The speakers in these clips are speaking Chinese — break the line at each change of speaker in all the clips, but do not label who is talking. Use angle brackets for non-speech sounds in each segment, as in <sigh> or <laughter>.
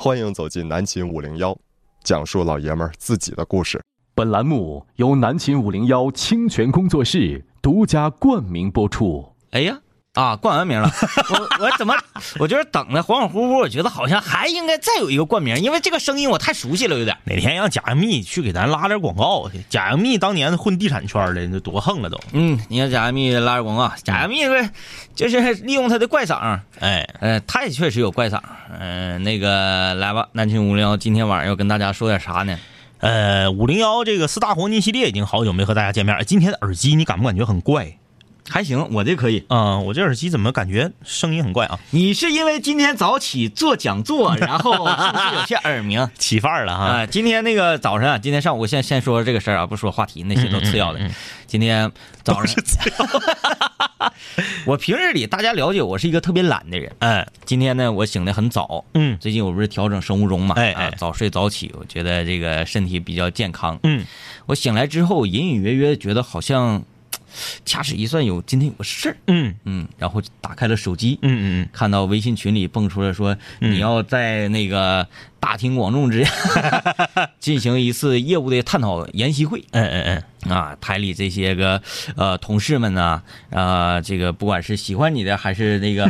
欢迎走进南秦五零幺，讲述老爷们儿自己的故事。
本栏目由南秦五零幺清泉工作室独家冠名播出。
哎呀，啊，冠完名了，我我怎么，我就是等的恍恍惚惚，我觉得好像还应该再有一个冠名，因为这个声音我太熟悉了，有点。
哪天让贾杨幂去给咱拉点广告去？贾杨幂当年混地产圈的，那多横了都。
嗯，你看贾亚密拉着广告，贾亚密不就是利用他的怪嗓，
哎，
呃，他也确实有怪嗓，嗯、那个来吧，南秦五零幺今天晚上要跟大家说点啥呢？
呃，五零幺这个四大黄金系列已经好久没和大家见面了。今天的耳机你感不感觉很怪？
还行，我这可以。
嗯、我这耳机怎么感觉声音很怪啊？
你是因为今天早起做讲座，然后是不是有些耳鸣？
起范儿了哈。
啊、今天那个早晨啊，今天上午我先先说这个事儿啊，不说话题，
嗯
那些都次要的。今天早上， <laughs> 我平日里大家了解我是一个特别懒的人，
哎，
今天呢我醒得很早，
嗯
最近我不是调整生物钟嘛，
哎
啊
哎，
早睡早起，我觉得这个身体比较健康。
嗯，
我醒来之后，隐隐约约觉得好像掐指一算有今天有个事儿，
嗯
嗯，然后就打开了手机，
嗯嗯
看到微信群里蹦出来说，你要在那个大庭广众
<laughs>
之下进行一次业务的探讨研习会
嗯嗯嗯嗯，
啊，台里这些个呃同事们呐，啊，这个不管是喜欢你的还是那
<laughs>
个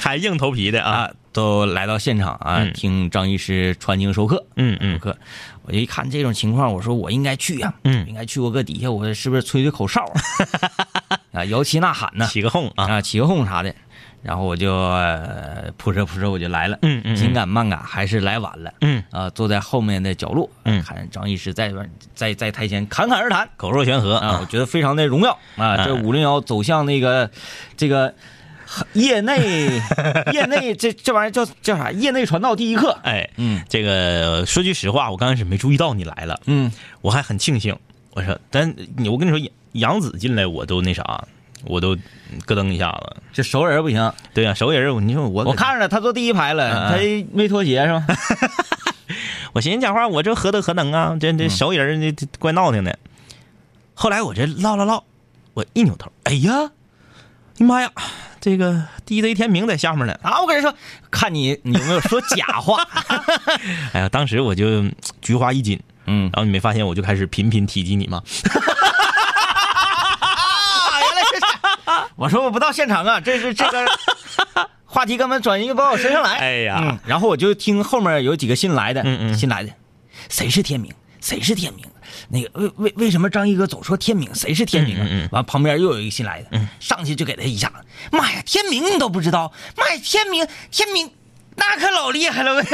还硬头皮的啊。
啊，都来到现场啊，
嗯
听张医师传经授课。
嗯
授
嗯
课，我就一看这种情况，我说我应该去呀、啊
嗯
应该去。我搁底下，我是不是吹吹口哨
<laughs>
啊？啊，摇旗呐喊呢，
起个哄啊。
啊，起个哄啥的。然后我就呃扑哧扑哧我就来了，
嗯嗯嗯
紧赶慢赶还是来晚了，
嗯
啊，坐在后面的角落，
嗯
看张医师在在在台前侃侃而谈
口若悬河
啊，我觉得非常的荣耀啊，这
哎
五零幺走向那个这个业内业内这这玩意儿叫叫啥？业内传道第一课，
哎，
嗯
这个说句实话，我刚开始没注意到你来了，
嗯
我还很庆幸。我说，但你我跟你说，杨杨紫进来我都那啥，我都咯噔一下子。
这熟人不行，嗯
对呀、熟人儿，你说我
我看着了，他坐第一排了，他没脱鞋是吧？ <laughs>
我寻思讲话，我这何德何能啊？这
嗯
这熟人儿这怪闹腾的。后来我这唠唠唠，我一扭头，哎呀，你妈呀，这个 DJ 天明在下面呢。
然后我跟人说，看你啊你有没有说假话，
<laughs> 哎呀，当时我就嗯菊花一紧，
嗯
然后你没发现我就开始频频提及你吗？
<laughs> 啊，原来是这样。我说我不到现场啊，这是这个
<laughs>
话题根本转移不到我身上来。
哎呀
嗯然后我就听后面有几个新来的，
嗯嗯
新来的，谁是天明？谁是天明？那个为为为什么张一哥总说天明？谁是天明啊？
嗯嗯嗯
完旁边又有一个新来的，上去就给他一下子，妈呀，天明你都不知道，妈呀，天明天明，那可老厉害了
<laughs>
呗。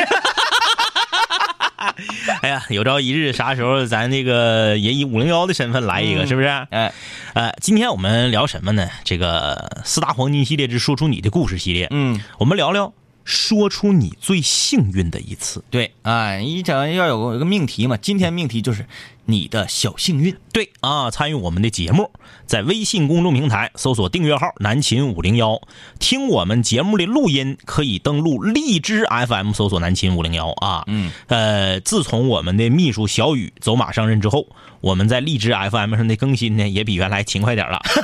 哎呀，有朝一日啥时候咱这个也以五零幺的身份来一个，是不是？
哎，
呃，今天我们聊什么呢？这个四大黄金系列之说出你的故事系列，
嗯，
我们聊聊说出你最幸运的一次。
对，哎，你整要有个有个命题嘛，今天命题就是你的小幸运。
对啊，参与我们的节目，在微信公众平台搜索订阅号“南秦五零幺”，听我们节目的录音，可以登录荔枝 FM 搜索“南秦五零幺”啊。
嗯，
呃，自从我们的秘书小雨走马上任之后，我们在荔枝 FM 上的更新呢，也比原来勤快点
<laughs>
了。 <laughs>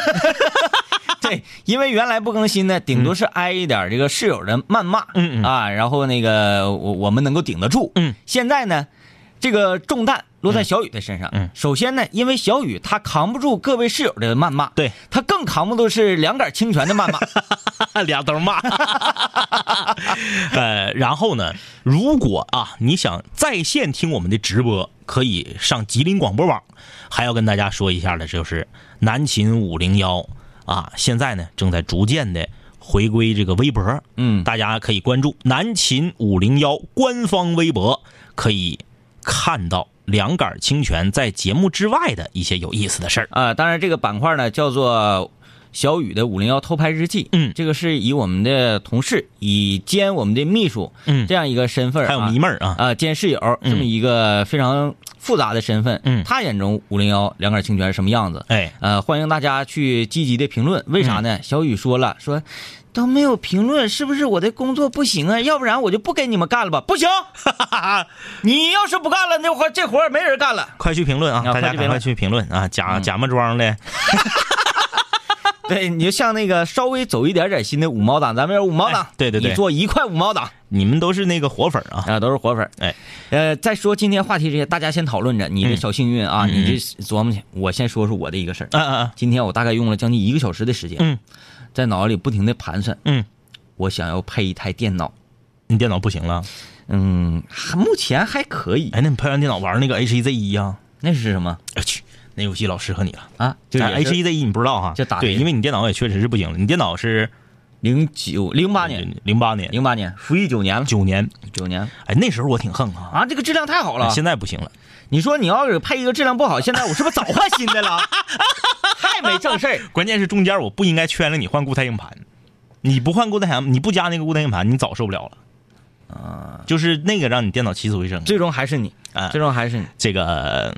对，因为原来不更新呢，顶多是挨一点这个室友的谩骂，
嗯嗯嗯
啊，然后那个我我们能够顶得住，
嗯，
现在呢，这个重担落在小雨的身上，
嗯嗯
首先呢，因为小雨他扛不住各位室友的谩骂，
对
他更扛不住是两杆清泉的
<laughs>
谩骂，
俩都骂。 <laughs> 呃，然后呢，如果啊你想在线听我们的直播，可以上吉林广播网。还要跟大家说一下的就是南秦五零幺啊，现在呢正在逐渐的回归这个微博，
嗯
大家可以关注南秦五零幺官方微博，可以看到两杆清泉在节目之外的一些有意思的事儿。
啊，当然这个板块呢叫做。小雨的五零幺偷拍日记，
嗯
这个是以我们的同事，以兼我们的秘书，
嗯
这样一个身份、啊，
还有迷妹儿啊，
啊、兼室友这么一个非常复杂的身份，
嗯
他眼中五零幺两杆清泉是什么样子？
哎，嗯
呃，欢迎大家去积极的评论，为啥呢？小雨说了，说都没有评论，是不是我的工作不行啊？要不然我就不跟你们干了吧？不行， <laughs> 你要是不干了，那活这活儿没人干
<laughs>
了。
快去评论啊！
啊
大
快
家
去评
赶快
论
去评论啊！假
嗯
假模装的，
对，你就像那个稍微走一点点心的五毛党，咱们有五毛党
哎，对对对
你做一块五毛党
你们都是那个活粉儿啊，
啊，都是活粉儿。
哎，
呃，再说今天话题这些，大家先讨论着你的
嗯
小幸运啊，
嗯
你这琢磨去。我先说说我的一个事儿。
啊啊啊，
今天我大概用了将近一个小时的时间，
嗯
在脑子里不停的盘算，
嗯，
我想要配一台电脑，
你电脑不行了？
嗯，还目前还可以。
哎，那你拍完电脑玩那个 H 一 Z 一呀？
那是什么
哎去，那游戏老适合你了。
啊？就
哎 H 一 Z 一你不知道哈？
就打
对，
雷
因为你电脑也确实是不行了，你电脑是
零九零八年，
零八年、
零八年，服役九年了，
九年，
九年
哎，那时候我挺横啊，
啊，这个质量太好了。
现在不行了。
你说你要是配一个质量不好，现在我是不是早换新的
<laughs>
了？太没正事儿。
关键是中间我不应该圈了你换固态硬盘，你不换固态硬，你不加那个固态硬盘，你早受不了了。啊，就是那个让你电脑起死回生。
最终还是你
啊，
最终还是你。
这个呃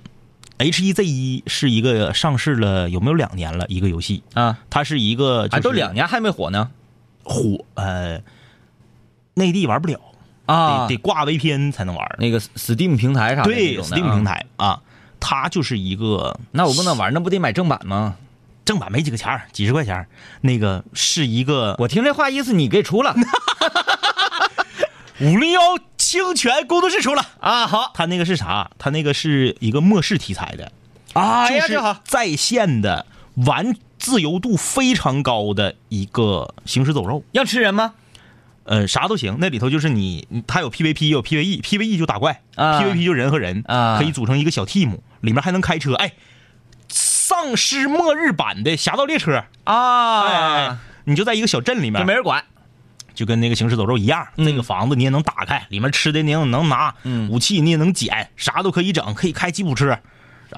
H 一 Z 一是一个上市了有没有两年了一个游戏，
啊，
它是一个
啊，
就是
都两年还没火呢
火呃内地玩不了，
啊
得！得挂 VPN 才能玩。
那个 Steam 平台啥的那
对
种的啊
，Steam 平，台啊，它就是一个
那我不能玩，那不得买正版吗？
正版没几个钱儿，几十块钱儿，那个是一个
我听这话意思，你给出 <laughs> 了
五零幺清泉工作室出了。
啊？好，
它那个是啥？它那个是一个末世题材的，
哎
就
呀，
是
这好，
在线的玩自由度非常高的一个行尸走肉，
要吃人吗？
呃，啥都行。那里头就是你，你它有 PVP，也有 E，PVE，PVE 就打怪、
啊
p v p 就人和人、
啊
可以组成一个小 team，里面还能开车。哎，丧尸末日版的《侠盗猎车》哎，
啊，哎
你就在一个小镇里面
就，没人管
就跟那个行尸走肉一样，
嗯
这个房子你也能打开，里面吃的你也能拿，
嗯
武器你也能捡，啥都可以整，可以开吉普车，然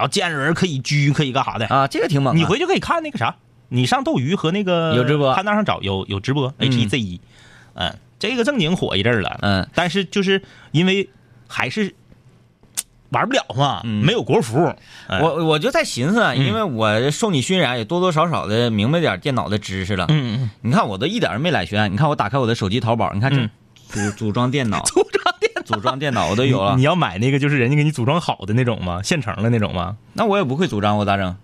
后见人可以狙，可以干啥的。
啊，这个挺猛啊。
你回去可以看那个啥，你上斗鱼和那个
有直播
潘大上找有有直播
嗯
H E Z 一，嗯，这个正经火一阵儿了，
嗯，
但是就是因为还是嘖玩不了嘛，
嗯
没有国服，哎
我我就在寻思啊，
嗯
因为我受你熏染，也多多少少的明白点电脑的知识了。
嗯，嗯
你看我都一点儿没揽轩，你看我打开我的手机淘宝，你看这
嗯
组组装电脑， <laughs> 组装电脑，组装电脑我都
嗯
有了
你你。要买那个就是人家给你组装好的那种吗？现成的那种吗？
那我也不会组装，我咋整？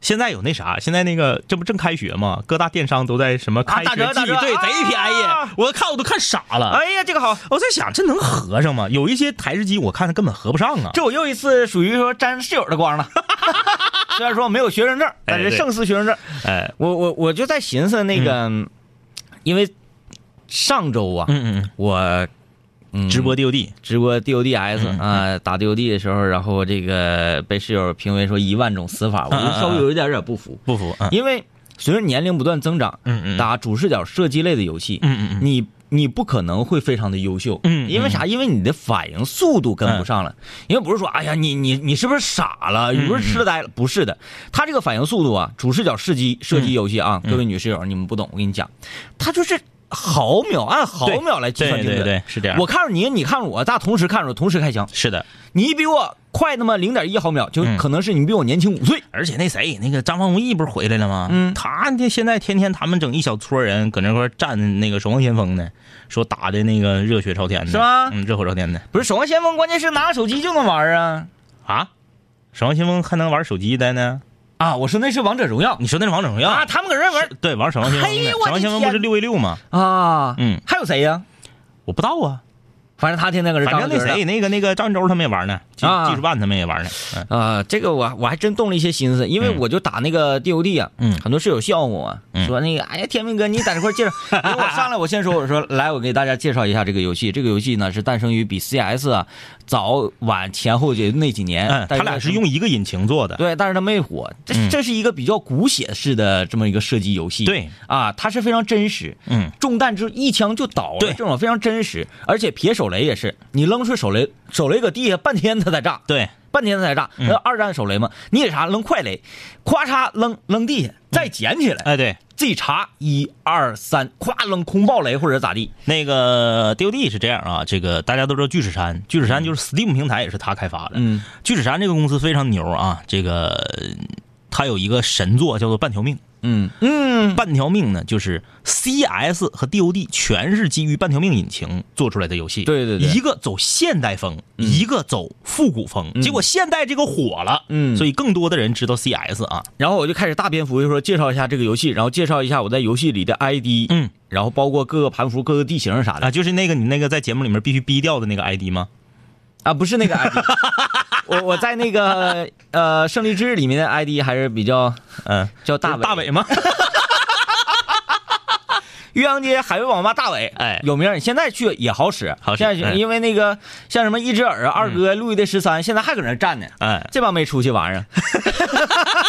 现在有那啥，现在那个这不正开学吗？各大电商都在什么开学
啊打折
季，
打折
对，
啊
贼便宜，我看我都看傻了。
哎呀，这个好，
我在想，这能合上吗？有一些台式机，我看它根本合不上啊。
这我又一次属于说沾室友的光了。 <laughs> 虽然说我没有学生证，但是
对
胜似学生证。
哎，
我我我就在寻思那个，因为上周啊，
嗯嗯
我、嗯
嗯，直播 DOD，
直播 DODS
嗯嗯
啊、打 DOD 的时候，然后这个被室友评为说一万种死法，我
嗯嗯
就
嗯
稍微有一点点不服，
不服啊？
因为随着年龄不断增长，
嗯嗯，
打主视角射击类的游戏，
嗯嗯嗯，
你你不可能会非常的优秀，
嗯
因为啥？因为你的反应速度跟不上了，因为不是说，哎呀，你你你是不是傻了？你不是痴呆了？不是的，他这个反应速度啊，主视角射击射击游戏啊，各位女室友，你们不懂，我跟你讲，他就是毫秒按毫
对
秒来计算
对
精
对
准。
对，是这样。
我看着你，你看着我，咱俩同时看着，同时开枪。
是的，
你比我快那么零点一毫秒，就
嗯
可能是你比我年轻五岁。
而且那谁，那个张方无忌不是回来了吗？
嗯
他那现在天天他们整一小撮人搁那块儿占那个守望先锋呢，说打的那个热血朝天的，
是吗
嗯，热火朝天的
不是《守望先锋》，关键是拿手机就能玩啊！
啊，守望先锋还能玩手机的呢？
啊，我说那是王者荣耀
你说那是王者荣耀
啊，他们搁这玩
对，玩守望先锋
哎
的，
呦
守
我的
望先锋不是
天
六 v 六吗？
啊。
嗯，
还有谁呀、
我不知道啊，
反正他天天搁这
反
张
正那
嘴呢。
谁，那个那个赵云洲他们也玩呢，技
啊
技术办他们也玩呢，嗯
啊、这个我我还真动了一些心思，因为
嗯
我就打那个 DOD 啊，
嗯
很多室友笑话我，
嗯
说那个，哎呀，天明哥，你在这块
<laughs>
介绍，因为我上来我先说，我说来，我给大家介绍一下这个游戏，这个游戏呢是诞生于比 CS 啊早晚前后就那几年，
嗯，
但
他俩是用一个引擎做的，
对，但是它没火，这、
嗯
这是一个比较骨血式的这么一个射击游戏，
对，
啊，它是非常真实，
嗯，
中弹之后一枪就倒了，
对
这种非常真实，而且撇手雷也是，你扔出手雷，手雷搁地下半天它才炸，
对，
半天才炸。
嗯
那二战手雷嘛，你得啥扔快雷，咵嚓扔扔地
嗯
下，再捡起来，
哎对，
自己查一二三，咵扔空爆雷或者咋地。
那个 DOD 是这样啊，这个大家都知道巨齿山，巨齿山就是 Steam 平台也是他开发的。
嗯，
巨齿山这个公司非常牛啊，这个呃它有一个神作叫做《半条命》，
嗯嗯
半条命呢，就是 CS 和 DOD 全是基于半条命引擎做出来的游戏。
对对对嗯
一个走现代风，一个走复古风。结果现代这个火了，
嗯
所以更多的人知道 CS 啊。
然后我就开始大篇幅就说介绍一下这个游戏，然后介绍一下我在游戏里的 ID，
嗯，
然后包括各个盘符、各个地形啥的
啊，就是那个你那个在节目里面必须逼掉的那个 ID 吗？
啊，不是那个
<laughs>
ID，我我在那个呃《胜利之日》里面的 ID 还是比较
嗯，
叫大
就是大
伟，<laughs>
伟吗？
岳阳街海味网吧大伟，
哎
有名儿，你现在去也好使，
好使
现在去
哎嗯
因为那个像什么一只耳啊、二哥、路易的十三，现在还搁那儿站呢，
哎，
这帮没出息玩意 <laughs>
<laughs>
儿。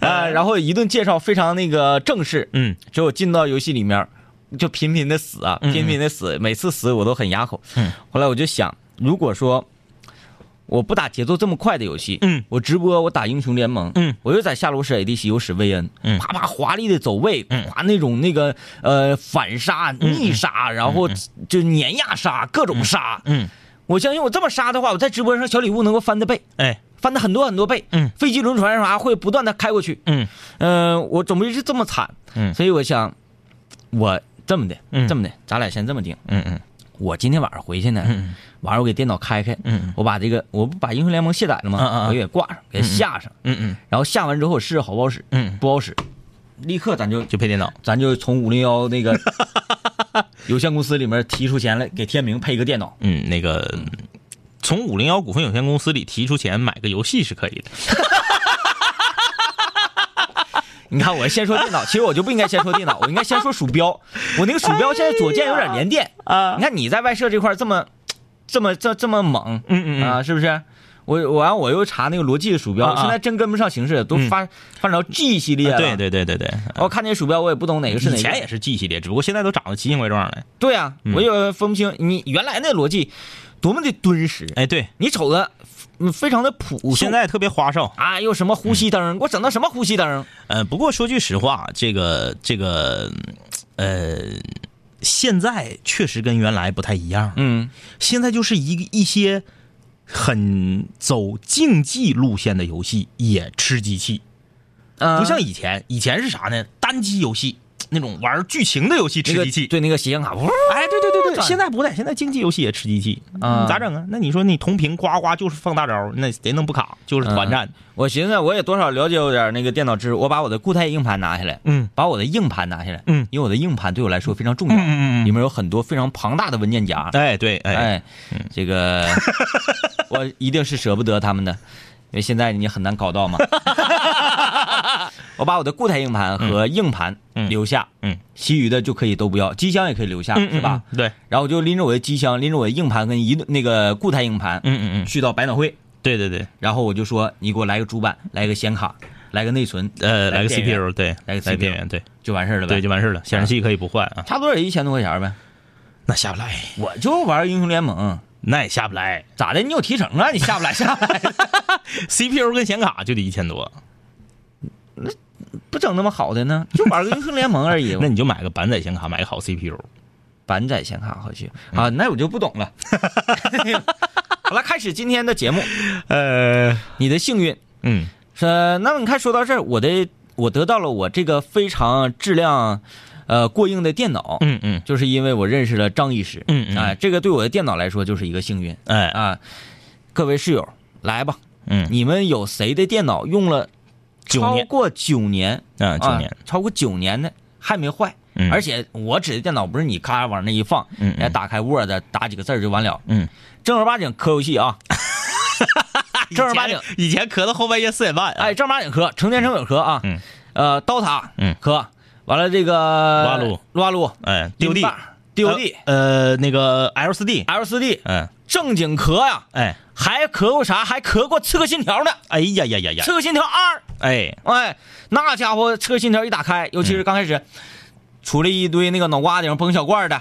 啊，然后一顿介绍非常那个正式，
嗯，
结果进到游戏里面，就频频的死啊，
嗯嗯
频频的死，每次死我都很哑口。
嗯，
后来我就想，如果说我不打节奏这么快的游戏，
嗯，
我直播我打英雄联盟，
嗯，
我又在夏洛斯 ADC 我使薇恩，
嗯
啪啪华丽的走位，
嗯
哇那种那个呃反杀、逆杀，然后就碾压杀，各种杀。
嗯，
我相信我这么杀的话，我在直播上小礼物能够翻的倍，
哎，
翻的很多很多倍，
嗯
飞机轮船啥会不断的开过去，
嗯，
嗯、我总不是这么惨，
嗯
所以我想，我这么的，
嗯
这么的，咱俩先这么定，
嗯嗯
我今天晚上回去呢，
嗯
晚上我给电脑开开，
嗯
我把这个我不把英雄联盟卸载了吗？
啊啊啊
我也挂上，给它下上，
嗯嗯
然后下完之后我试试好不好使，
嗯，
不好使，立刻咱就
就配电脑。
咱就从五零幺那
<laughs>
个有限公司里面提出钱来给天明配一个电脑，
嗯，那个从五零幺股份有限公司里提出钱买个游戏是可以的。
你看，我先说电脑，其实我就不应该先说电脑，我应该先说鼠标。我那个鼠标现在左键有点连电
哎
啊。你看你在外设这块这么、这么、这这么猛，
嗯嗯嗯
啊，是不是？我我完我又查那个罗技的鼠标，
啊啊嗯
我现在真跟不上形势，都发、发展到 G 系列了。
对。对对对对，
我看那鼠标，我也不懂哪个是哪
以
个。
前也是嗯 G 系列，只不过现在都长得奇形怪状了。
对啊，我也分不清。你原来那逻辑多么的敦实，
哎，对，
你瞅着嗯非常的朴素。
现在特别花哨。
啊，又什么呼吸灯，给我整到什么呼吸灯？
呃，不过说句实话，这个这个呃，现在确实跟原来不太一样。
嗯，
现在就是一一些很走竞技路线的游戏也吃机器，
啊
嗯不像以前，以前是啥呢？单机游戏那种玩剧情的游戏
那
吃
个
机器。
对那个斜杠卡，呜
哎，对对对对，
转
现在不对，现在竞技游戏也吃机器
啊
咋整啊？那你说你同屏呱呱就是放大招，那谁能不卡？就是团战，
我寻思我也多少了解有点那个电脑知识，我把我的固态硬盘拿下来，
嗯
把我的硬盘拿下来，
嗯
因为我的硬盘对我来说非常重要，
嗯嗯嗯嗯
里面有很多非常庞大的文件夹，
哎对哎
哎，这
<laughs>
个我一定是舍不得他们的，因为现在你很难搞
<laughs>
到嘛。我把我的固态硬盘和硬盘
嗯
留下，
嗯，
其余的就可以都不要，机箱也可以留下，
嗯
是吧？？
嗯嗯对，
然后我就拎着我的机箱，拎着我的硬盘跟一那个固态硬盘，
嗯嗯嗯，
去到百脑汇。
对对对，
然后我就说你给我来个主板，来个显卡，来个内存，
呃，来个
电源
CPU，对，
来个
来
CPU
电源，对
就完事儿了呗。
对，就完事儿了。显示器可以不换啊，
差不多也一千多块钱呗。
那下不来，
我就玩英雄联盟，
那也下不来。
咋的？你有提成啊？你下不来，下
<laughs>
不来，
CPU 跟显卡就得一千多，
不整那么好的呢？就玩个英雄联盟而已。
<laughs> 那你就买个板载显卡，买个好 CPU。
板载显卡好像啊，那我就不懂了。 <laughs> 好了，开始今天的节目，
呃，
你的幸运。
嗯
呃，那么你看，说到这儿，我的我得到了我这个非常质量，呃，过硬的电脑，
嗯嗯，
就是因为我认识了张医师，
嗯嗯
啊、这个对我的电脑来说就是一个幸运。
哎，
啊，各位室友，来吧，
嗯，
你们有谁的电脑用了
九
超
年
过九年？
啊，九
啊
年，
超过九年的还没坏。
嗯
而且我指的电脑不是你咔往那一放，
嗯
人家打开 Word 打几个字儿就完了，
嗯，
正儿八经磕游戏啊，正儿八经，
以前咳到后半夜四点半，啊
哎，，正儿八经磕，成天成本磕啊，
嗯，
呃，刀塔，
嗯
磕，完了这个
撸啊撸，
撸啊撸
哎，DOD
，DOD，
呃，那个 L 四 D，
L 四 D
嗯，
正经磕呀，
哎，
还磕过啥？还磕过《刺客信条》呢，
哎呀呀呀呀，
《刺客信条二》
哎，
哎，那家伙《刺客信条》一打开，尤其
嗯
是刚开始，出来一堆那个脑瓜顶崩小
<laughs>
罐的。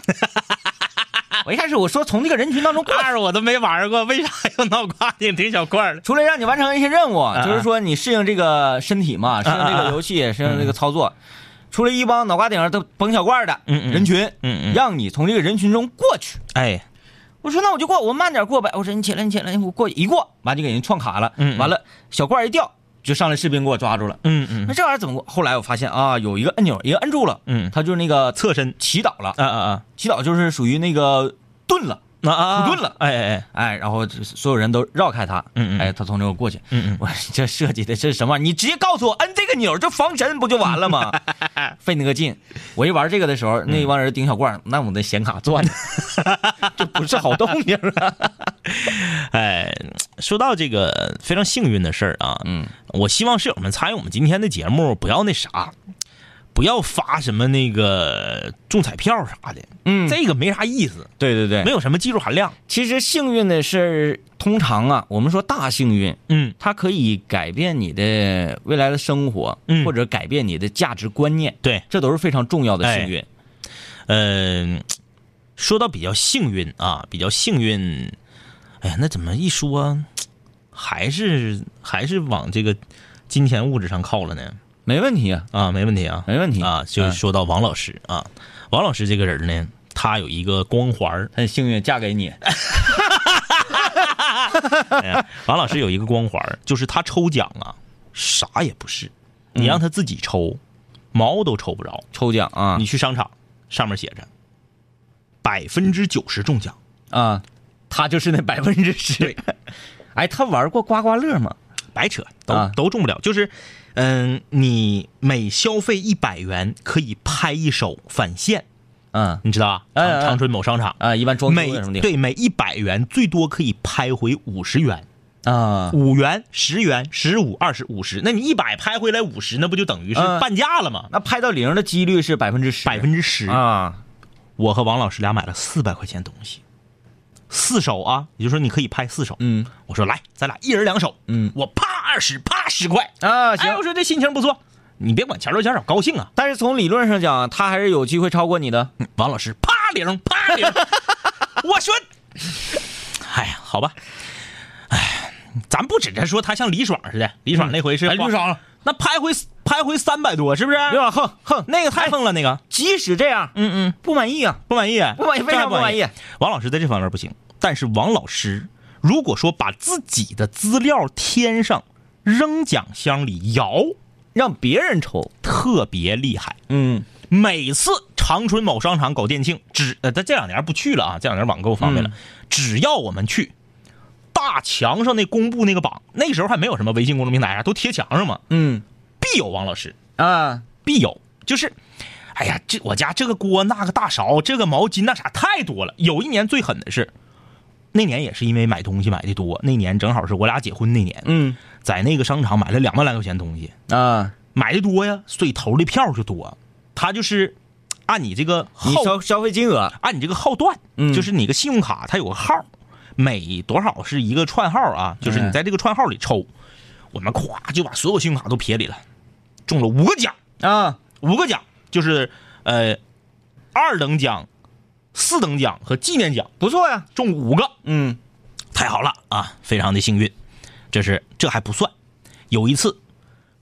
我一开始我说从那个人群当中过去，
二我都没玩过，为啥要脑瓜顶顶小罐儿呢？
出来让你完成一些任务，
啊
就是说你适应这个身体嘛，适应这个游戏，
嗯
适应这个操作。出来一帮脑瓜顶上都崩小罐的
嗯嗯
人群，
嗯嗯
让你从这个人群中过去。
哎，
我说那我就过，我慢点过呗。我说你起来，你起来，我过一过，完就给人撞卡了。
嗯嗯
完了小罐一掉，就上来士兵给我抓住了。
嗯嗯
那这玩意儿怎么过？后来我发现啊，有一个按钮，一个摁住了，
嗯
他就是那个
侧身
祈祷了，
啊啊啊，
祈祷就是属于那个顿了，
那啊
土遁了
哎哎哎，
哎，然后所有人都绕开他，
嗯嗯
哎，他从这个过去，
嗯嗯
我这设计的这是什么？你直接告诉我，摁这个钮儿就防身不就完了
<laughs>
吗？费那个劲！我一玩这个的时候，那帮人顶小罐儿，那我的显卡
<laughs>
转的，这不是好动静啊！
哎，说到这个非常幸运的事儿啊，
嗯，
我希望室友们参与我们今天的节目，不要那啥，不要发什么那个中彩票啥的，
嗯哎
这个没啥意思，
对对对，
没有什么技术含量。
其实幸运的事儿，通常啊，我们说大幸运，
嗯
它可以改变你的未来的生活，
嗯
或者改变你的价值观念，
对，
这都是非常重要的幸运。
哎嗯、说到比较幸运啊，比较幸运，哎呀，那怎么一说，还是还是往这个金钱物质上靠了呢？
没问题啊，
啊，没问题啊，
没问题
啊，就是
嗯
说到王老师啊，王老师这个人呢，他有一个光环儿，
很幸运嫁给你，
哎呀，王老师有一个光环儿，就是他抽奖啊，啥也不是，
嗯
你让他自己抽，毛都抽不着。
抽奖啊
你去商场，上面写着百分之九十中奖，
啊，他就是那 <laughs> 百分之十。哎，他玩过刮刮乐吗？
白扯，都、
啊
都中不了。就是，嗯，你每消费一百元可以拍一手返现，
嗯
你知道吧？
哎哎
长
哎
长春某商场，
啊，一般装修
每
的什么的。
对每一百元最多可以拍回五十元。
啊，
五元、十元、十五、二十、五十，那你一百拍回来五十，那不就等于是
嗯
半价了吗？
那拍到零的几率是百分之十，
百分之十。
啊，
我和王老师俩买了四百块钱东西，四手啊，也就是说你可以拍四手。
嗯
我说来，咱俩一人两手。
嗯
我啪二十，啪十块。
啊行
哎，。我说这心情不错。你别管钱多钱少，高兴啊！
但是从理论上讲，他还是有机会超过你的。
王老师啪零
<laughs>
啪零，我说，哎呀，好吧，哎，咱不指着说他像李爽似的，李爽那回是、
哎李爽
那拍回拍回三百多，是不是？
对吧？哼哼，
那个太横了，那个
即使这样，嗯嗯，不满意啊，
不满意，
不满意，为啥
这还
不满意？？
王老师在这方面不行，但是王老师如果说把自己的资料添上，扔奖箱里摇，
让别人抽，
特别厉害。
嗯
每次长春某商场搞店庆，只呃，他这两年不去了啊，这两年网购
嗯
方便了，只要我们去，大墙上那公布那个榜，那时候还没有什么微信公众平台啥，啊都贴墙上嘛，
嗯
必有王老师，
啊，
必有，就是，哎呀，这我家这个锅那个大勺，这个毛巾那啥太多了。有一年最狠的是，那年也是因为买东西买的多，那年正好是我俩结婚那年，
嗯
在那个商场买了两万来块钱东西，
啊，
买的多呀，所以投的票就多。他就是按你这个
你
号，
消消费金额，
按你这个号段，
嗯
就是你个信用卡它有个号，每多少是一个串号啊，就是你
嗯
在这个串号里抽，我们咵就把所有信用卡都撇里了，中了五个奖。
啊，
五个奖，就是呃二等奖、四等奖和纪念奖，
不错呀，
中五个，
嗯
太好了啊，非常的幸运。这是这还不算，有一次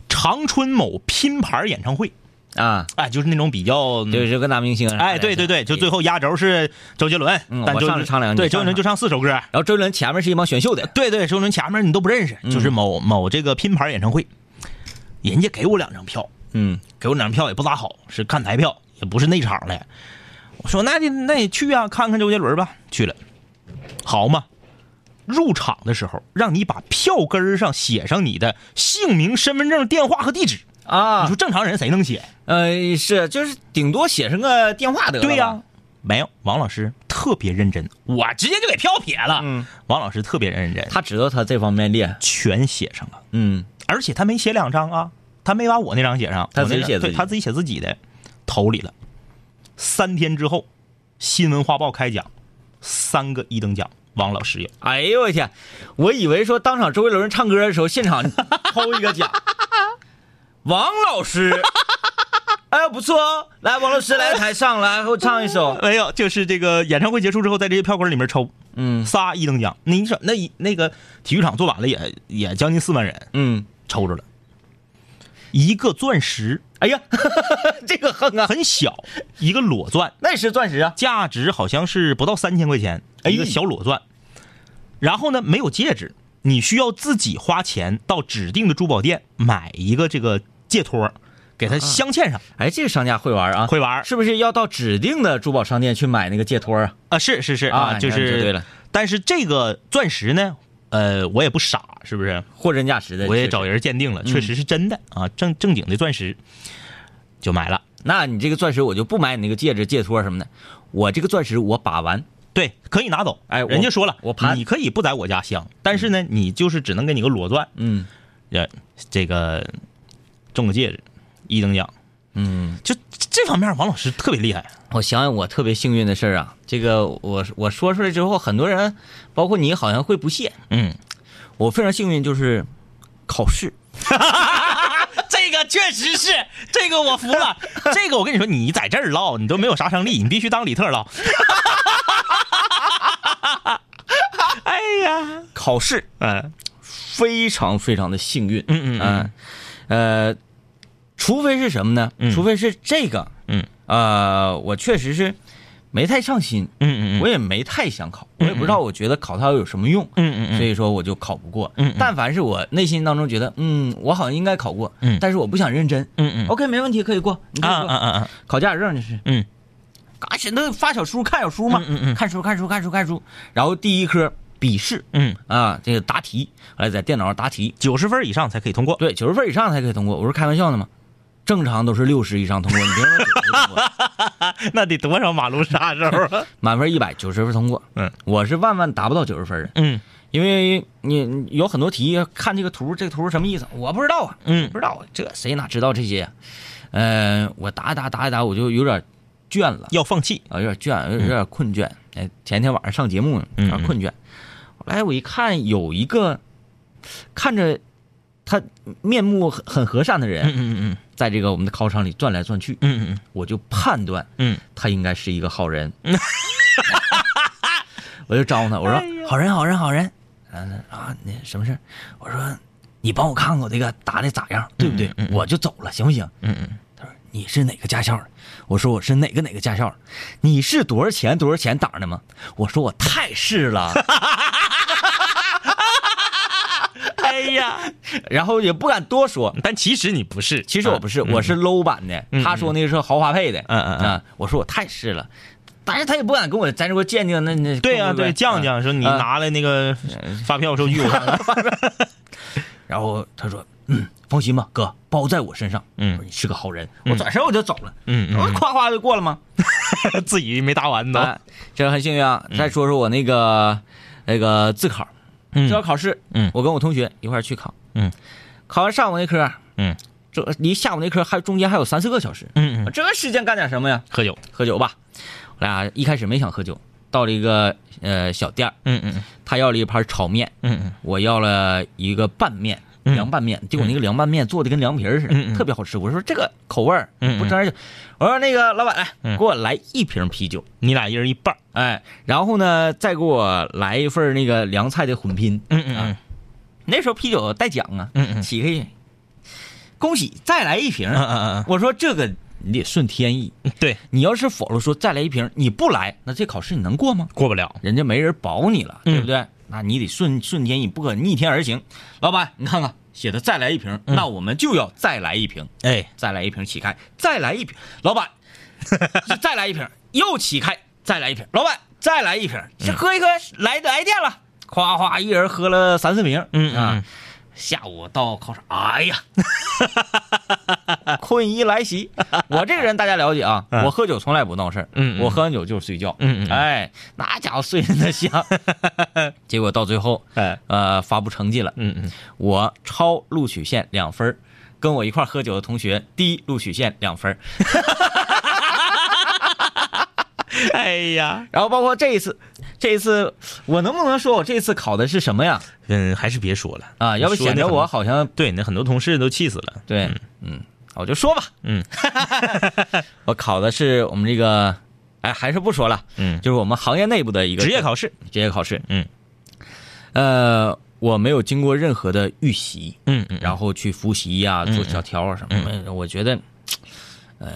长春某拼盘演唱会，
啊，
哎，就是那种比较。
对，这个大明星，啊
嗯哎，对对对，就最，后压轴是周杰伦，
嗯
但
我
周
上来唱两句
对
你
周杰伦
唱
就唱四首歌，
然后周杰伦前面是一帮选秀的，
对对，周杰伦前面你都不认识，就是
嗯
某某这个拼盘演唱会，人家给我两张票，
嗯
给我两张票也不咋好，是看台票，也不是内场的。我说那就那也去啊，看看周杰伦吧。去了，好嘛，入场的时候让你把票根儿上写上你的姓名、身份证、电话和地址。你
啊
说，正常人谁能写？
呃，是，就是顶多写上个电话得了吧，
对呀、没有。王老师特别认真，我直接就给票撇了。
嗯，
王老师特别认真，他
他知道他这方面厉害，
全写上了。
嗯
而且他没写两张啊，他没把我那张写上，
他
我那
自己写
张
自己
对他自己写自己的，投里了。三天之后，新闻画报开奖，三个一等奖，王老师有。
哎呦我天！我以为说当场周杰伦唱歌的时候，现场 <laughs> 抽一个奖。王老
<laughs>
师，哎，不错哦！来，王老师来台上来，给我唱一首。
没有，哎就是这个演唱会结束之后，在这些票根里面抽，
嗯
仨一等奖。你说那一那个体育场坐满了也也将近四万人，
嗯，
抽着了。一个钻石
哎呀， <laughs> 这个横啊，
很小，一个裸钻，
那是钻石啊！
价值好像是不到三千块钱，
哎
一个小裸钻。然后呢，没有戒指，你需要自己花钱到指定的珠宝店买一个这个戒托儿，给它镶嵌上。
哎，这个商家会玩啊，
会玩儿
是不是要到指定的珠宝商店去买那个戒托啊？
啊，是是是
啊
啊，
你
就
看你
是
说对了，
但是这个钻石呢，呃，我也不傻，是不是？
货真价实的，
我也
确实嗯
找。人鉴定了，确实是真的啊，正正经的钻石，就买了。
那你这个钻石，我就不买你那个戒指、戒托什么的，我这个钻石我把玩，
对，可以拿走。
哎我
人家说了，
我盘
你可以不在我家镶，但是呢，你就是只能给你个裸钻，
嗯
呃，这个中个戒指，一等奖。
嗯，
就这方面，王老师特别厉害。啊
我想想我特别幸运的事儿啊，这个我我说出来之后，很多人，包括你，好像会不屑。
嗯，
我非常幸运，就是考试，
这个确实是，这个我服 <laughs> 了。这个我跟你说，你在这儿唠，你都没有杀伤力，你必须当里特唠。 <laughs> 哎呀，
考试
嗯
非常非常的幸运。
嗯嗯
嗯呃，除非是什么呢？除非是这个，
嗯，
呃，我确实是没太上心，
嗯嗯
我也没太想考，我也不知道我觉得考它有什么用，
嗯嗯
所以说我就考不过。
嗯嗯
但凡是我内心当中觉得，嗯，我好像应该考过，
嗯
但是我不想认真。
嗯嗯
OK，没问题，可以过，你可
啊
以
啊
过。
啊啊！
考驾驶证就是，
嗯，
嘎，现在发小书看小书嘛，
嗯嗯嗯
看书看书看书看书，然后第一科笔试
嗯，
啊，这个答题，后来在电脑上答题，
九十分以上才可以通过。
对，九十分以上才可以通过。我说开玩笑呢吗？正常都是六十以上通过，你别说九十通过，
那得多少马路杀手啊？
满分一百，九十分通过。
嗯，
我是万万达不到九十分的，
<laughs>
啊
嗯
因为你你有很多题看这个图，这个图是什么意思？我不知道啊，
嗯
我不知道啊，这谁哪知道这些呀、呃，我答一答答一答，我就有点倦了
要放弃。
啊，有点倦，有有点困倦。哎，前天晚上上节目呢，有点
嗯嗯嗯
困倦。后来我一看，有一个看着他面目很很和善的人，
嗯嗯
在这个我们的考场里转来转去，
嗯嗯
我就判断
嗯
他应该是一个好人。 <laughs> 我就招呼他，我
哎
说：“好人，好人，好人。”然后他啊，那什么事儿？我说：“你帮我看看我这个答的咋样，对不对？”我就走了，行不行？
嗯嗯
他说：“你是哪个驾校的？”我说：“我是哪个哪个驾校的？”你是多少钱多少钱档的吗？我说：“我太是了。
嗯。 <laughs> 哎呀，”
<laughs> 然后也不敢多说。
但其实你不是，
其实我不
啊
是，我是 low 版的。他说那是豪华配的。
嗯嗯嗯
啊，我说我太是了，但是他也不敢跟我咱这块鉴定那那
对
呀
呀，对，嗯犟。
啊
犟说你
啊
拿来那个发票收据，我看看。
<laughs> 然后他说：“嗯，放心吧，哥，包在我身上。”
嗯
我说你是个好人。我转身我就走了。
<laughs> 嗯嗯
我夸夸就过了吗？
<laughs> 自己没答完呢。
啊，这很幸运啊！再说说我那个那个自考，
嗯
自考考试，
嗯
我跟我同学一块儿去考，
嗯，
考完上午那科，
嗯，
这离下午那科还中间还有三四个小时，
嗯，
这个时间干点什么呀？
<laughs> 喝酒。
喝酒吧。我俩一开始没想喝酒，到了一个呃小店儿，
嗯嗯
他要了一盘炒面，
嗯
我要了一个拌面，凉拌面，结果那个凉拌面做的跟凉皮儿似
嗯
的，
嗯
特别好吃。我说这个口味儿
嗯嗯
不沾点酒。我说那个老板来，
嗯
给我来一瓶啤酒，
你俩一人一半。
哎，然后呢再给我来一份那个凉菜的混拼。
嗯
啊那时候啤酒带奖啊，
嗯嗯
起开，恭喜再来一瓶。
嗯嗯
我说这个你得顺天意，
嗯，对，
你要是否了说再来一瓶，你不来，那这考试你能过吗？
过不了。
人家没人保你了，
嗯
对不对？那你得顺顺天意，不可逆天而行。老板，你看看写的再来一瓶，那我们就要再来一瓶，
哎，
再来一瓶起开，再来一瓶。老
<laughs>
板，再来一瓶，又起开，再来一瓶。老板，再来一瓶，
嗯
这喝一喝，来来电了，夸夸一人喝了三四瓶，
嗯嗯
啊
嗯。
下午到考场，哎
<laughs>
呀，困意来袭。我这个人大家了解啊，我喝酒从来不闹事儿，
嗯嗯嗯
我喝完酒就是睡觉，
嗯嗯嗯
哎，那家伙睡得
<laughs>
香。结果到最后，
哎，
呃，发布成绩了，
嗯嗯
我超录取线两分儿跟我一块儿喝酒的同学低录取线两分儿
哎呀，
然后包括这一次，这一次我能不能说我这次考的是什么呀？
嗯，还是别说了
啊，要不显得我。好像
对，那很多同事都气死了。
对，嗯，我就说吧，
嗯，
<laughs> 我考的是我们这个，哎，还是不说了，
嗯
就是我们行业内部的一个
职业考试。
职业考试，
嗯，
呃，我没有经过任何的预习，
嗯嗯嗯
然后去复习呀、做小条啊什么的，我觉得，呃，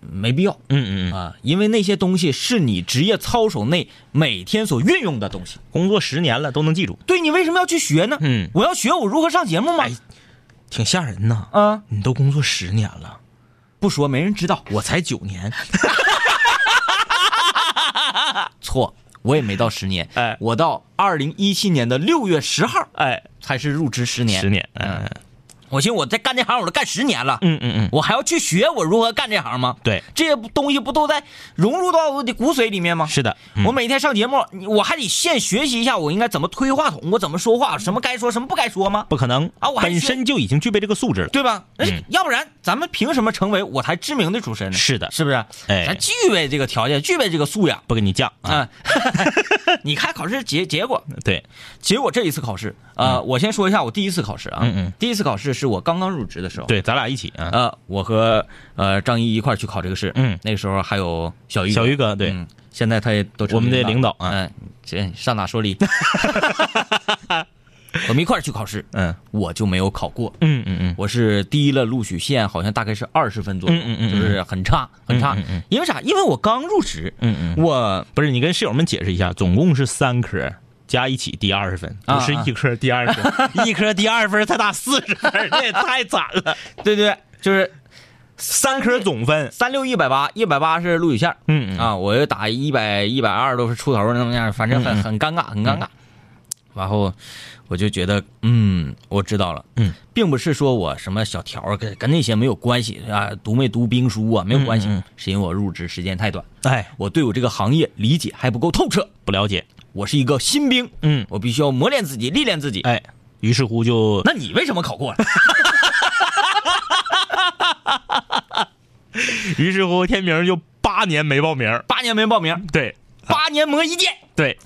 没必要
嗯嗯嗯，
啊，因为那些东西是你职业操守内每天所运用的东西。
工作十年了都能记住，
对你为什么要去学呢？
嗯
我要学我如何上节目吗？
哎挺吓人呐。
啊，
你都工作十年了，
不说没人知道，
我才九年，
<laughs> 错，我也没到十年，
哎
我到二零一七年的六月十号
哎，
才是入职十年。
十年，嗯
我寻思我在干这行我都干十年了，
嗯嗯嗯，
我还要去学我如何干这行吗？
对，
这些东西不都在融入到我的骨髓里面吗？
是的，嗯
我每天上节目，你我还得现学习一下，我应该怎么推话筒，我怎么说话，什么该说，什么不该说吗？
不可能
啊我还
本
是
身就已经具备这个素质了。
对吧？那、
嗯
要不然咱们凭什么成为我台知名的主持人呢？
是的
是不是？
哎
咱具备这个条件，具备这个素养
不跟你犟啊，
啊！ <laughs> 你看考试结结果，
对，
结果这一次考试，呃，我先说一下我第一次考试啊，
嗯嗯
第一次考试是我刚刚入职的时候，，
对，咱俩一起啊，
呃，我和呃张一一块儿去考这个试，
嗯
那个时候还有小玉，
小鱼哥，对，
嗯，现在他也都成
我们的领导啊
嗯，这上哪说理？ <laughs> 我们一块儿去考试，
嗯
我就没有考过，
嗯嗯嗯，
我是低了录取线，好像大概是二十分左右，
嗯嗯嗯
就是很差很差。
嗯嗯嗯
因为啥？因为我刚入职，
嗯嗯
我
不是，你跟室友们解释一下，总共是三科。加一起第二十分，
啊
不是一科第二 <laughs> 分，一科第二分才打四十分，这也太惨 <laughs> 了。
对对，就是
三科总分，
三六一百八，一百八是录取线、
嗯嗯
啊，我又打一百一百二都是出头那么样，反正
嗯
很很尴尬，很尴尬。然后我就觉得，嗯，我知道了，
嗯，
并不是说我什么小条儿跟跟那些没有关系啊，读没读兵书啊没有关系，
嗯嗯
是因为我入职时间太短，
哎，
我对我这个行业理解还不够透彻，
不了解，
我是一个新兵，
嗯，
我必须要磨练自己，历练自己。
哎，于是乎就
那你为什么考过了？
于是乎，天明就八年没报名。
八年没报名，
对
八年磨一剑。
对，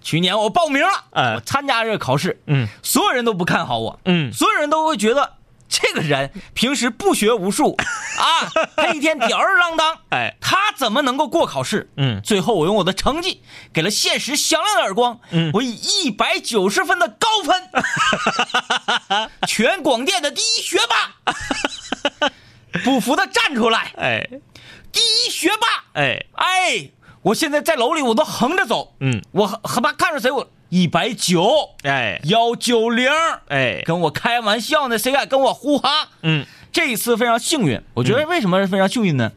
去年我报名了，
哎
我参加这个考试，
嗯
所有人都不看好我，
嗯
所有人都会觉得这个人平时不学无
<laughs>
术啊，他一天吊儿郎当，
哎，
他怎么能够过考试？
嗯
最后我用我的成绩给了现实响亮的耳光，
嗯
我以一百九十分的高分，
<laughs>
全广电的第一学霸，不服的站出来，
哎
第一学霸。
哎，
哎，我现在在楼里我都横着走，
嗯
我很很怕看着谁我一百九
哎
幺九零，
哎，
跟我开玩笑呢，谁敢跟我呼哈？
嗯
这一次非常幸运，我觉得为什么非常幸运呢？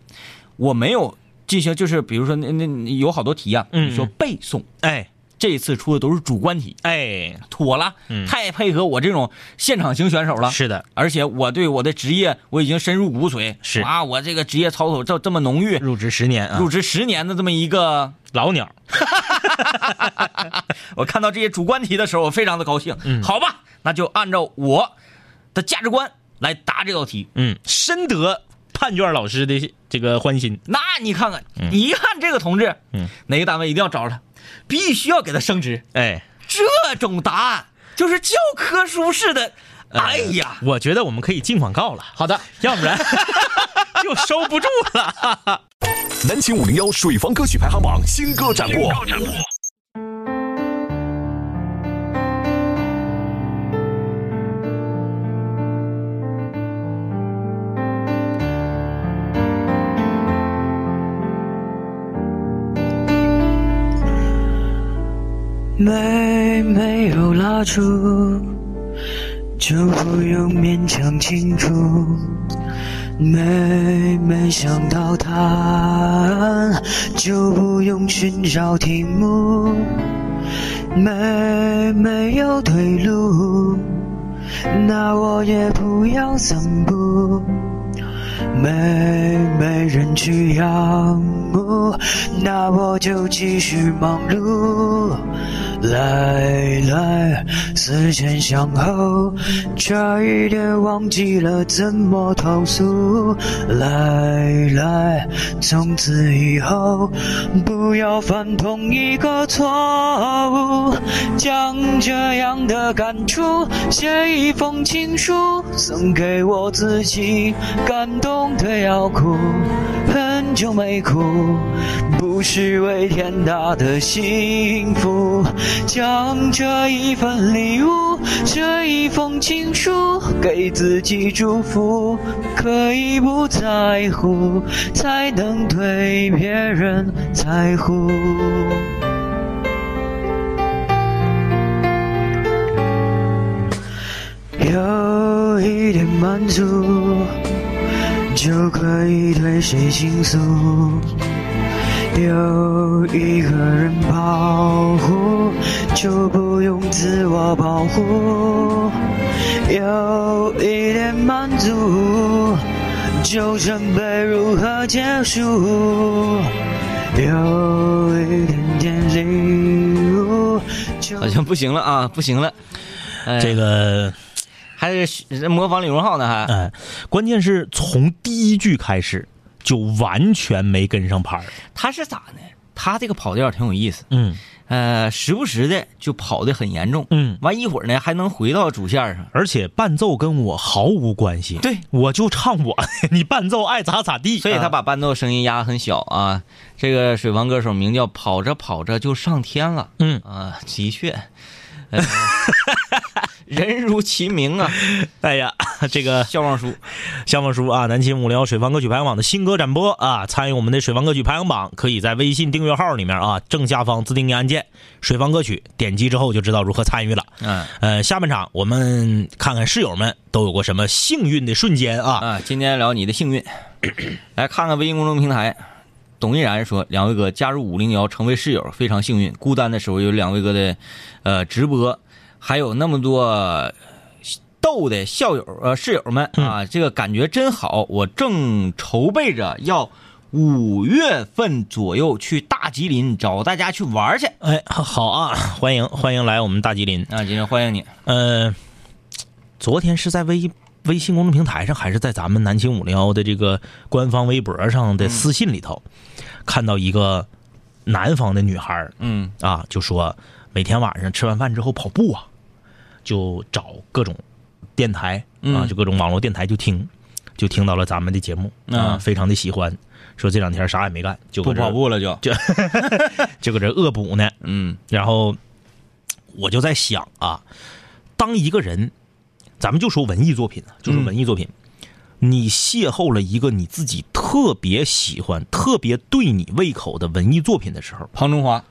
我没有进行，就是比如说那那那有好多题啊，
嗯
你说背诵，
哎
这一次出的都是主观题，
哎，
妥了，
嗯
太配合我这种现场型选手了。
是的，
而且我对我的职业我已经深入骨髓，
是
啊，我这个职业操守这这么浓郁，
入职十年啊，
入职十年的这么一个
老鸟，
我看到这些主观题的时候，我非常的高兴。
嗯
好吧，那就按照我的价值观来答这道题。
嗯，深得判卷老师的这个欢心。
那你看看，你一看这个同志，
嗯
哪个单位一定要找着他，必须要给他升职。
哎，
这种答案就是教科书式的。
呃
哎呀，
我觉得我们可以进广告了，
好的，
要
<laughs>
不然就收不住了。
南秦五零幺水房歌曲排行榜新歌展播。
没没有蜡烛，就不用勉强清楚。每每想到答案，就不用寻找题目。没没有退路，那我也不要散步。没没人去仰慕，那我就继续忙碌。来来，思前想后，差一点忘记了怎么投诉。来来，从此以后，不要犯同一个错误。将这样的感触写一封情书，送给我自己，感动的要哭。很就没哭，不失为天大的幸福。将这一份礼物，这一封情书，给自己祝福，可以不在乎，才能对别人在乎。有一点满足，就可以对谁倾诉。有一个人保护，就不用自我保护。有一点满足，就准备如何结束。有一点点礼物，就
好像不行了啊，不行了。哎、
这个，
还是学模仿李荣浩呢，还、
哎，关键是从第一句开始就完全没跟上拍儿。
他是咋呢？他这个跑调挺有意思，
嗯
呃，时不时的就跑的很严重，
嗯，
完一会儿呢还能回到主线上。
而且伴奏跟我毫无关系。
对，
我就唱我， <laughs> 你伴奏爱咋咋地。
所以他
啊
把伴奏声音压很小啊。这个水房歌手名叫跑着跑着就上天了，
嗯
啊，的确，呃 <laughs> 人如其名啊，
哎呀， <laughs> 这个
笑忘书。
相望叔啊，南秦五零幺水房歌曲排行榜的新歌展播啊，参与我们的水房歌曲排行榜，可以在微信订阅号里面啊，正下方自定义按键“水房歌曲”，点击之后就知道如何参与了。
嗯
呃，下半场我们看看室友们都有过什么幸运的瞬间啊。
啊，今天聊你的幸 <clears throat> 运，来看看微信公众平台。董一然说：“两位哥加入五零幺成为室友非常幸运，孤单的时候有两位哥的，呃，直播，还有那么多逗的校友呃室友们啊，这个感觉真好。我正筹备着要五月份左右去大吉林找大家去玩去
哎，好啊，欢迎欢迎来我们大吉林。
啊，今天欢迎你。
呃，昨天是在微微信公众平台上，还是在咱们南秦五零幺的这个官方微博上的私信里头，看到一个南方的女孩儿
嗯
啊，就说每天晚上吃完饭之后跑步啊，就找各种电台啊，
嗯
就各种网络电台就听，就听到了咱们的节目啊，
嗯
非常的喜欢。说这两天啥也没干，就搁
不
这
跑步了就，
就搁这恶补呢。
嗯，
然后我就在想啊，当一个人，咱们就说文艺作品啊，就说文艺作品，你邂逅了一个你自己特别喜欢、特别对你胃口的文艺作品的时候
<laughs> 庞中华，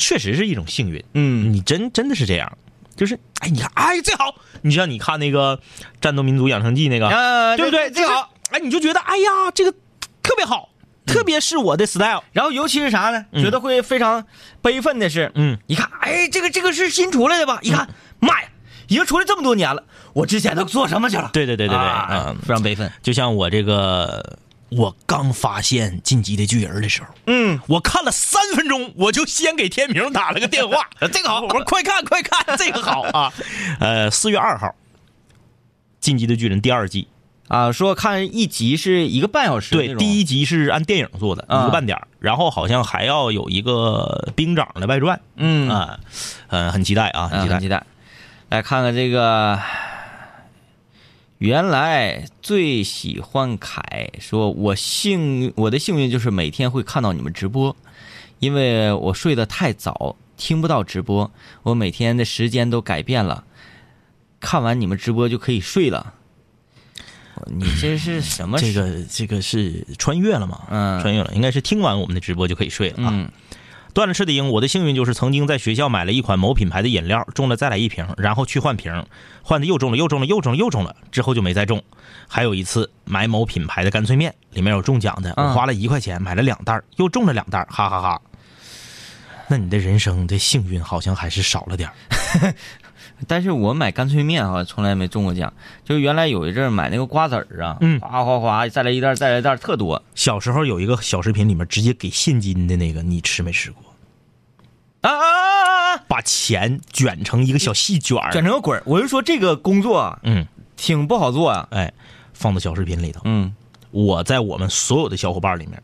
确实是一种幸运。
嗯
你真真的是这样，就是哎，你看，哎，最好，你像你看那个《战斗民族养成记》那个，
啊，
对不对？
最好。
就是，哎，你就觉得哎呀，这个特别好，特别是我的 style。
然后尤其是啥呢？觉得会非常悲愤的是，
嗯，
一看，哎，这个这个是新出来的吧？一看，妈呀，已经出来这么多年了，我之前都做什么去了？
对对对对对，
啊
嗯，
非常悲愤。
就像我这个，我刚发现《进击的巨人》的时候，
嗯，
我看了三分钟，我就先给天明打了个电
<laughs>
话，这个好，我说快看快看，这个好啊。呃，四月二号，《进击的巨人》第二季，
啊，说看一集是一个半小时那
对，
种，
第一集是按电影做的，
啊
一个半点儿然后好像还要有一个兵长的外传，
嗯
啊，呃，很期待啊，
啊
很期待
很。期待。来看看这个，原来最喜欢凯说，我幸我的幸运就是每天会看到你们直播，因为我睡得太早，听不到直播，我每天的时间都改变了，看完你们直播就可以睡了。我你这是什么？
这，个这个是穿越了吗？
嗯
穿越了，应该是听完我们的直播就可以睡了啊。
嗯
断了翅的鹰，我的幸运就是曾经在学校买了一款某品牌的饮料，中了再来一瓶，然后去换瓶，换的又中了，又中了，又中了，又中了，之后就没再中。还有一次买某品牌的干脆面，里面有中奖的，我
啊
花了一块钱买了两袋儿，又中了两袋儿，哈哈哈那你的人生的幸运好像还是少了点儿
但是我买干脆面啊，从来没中过奖。就原来有一阵儿买那个瓜子儿啊，
嗯
哗哗哗，再来一袋儿，再来一袋儿，特多。
小时候有一个小食品，里面直接给现金的那个，你吃没吃过？
啊啊啊啊啊！
把钱卷成一个小细卷儿
卷成个滚儿。我就说这个工作啊
嗯，
挺不好做啊。
哎，放到小食品里头。
嗯
我在我们所有的小伙伴里面，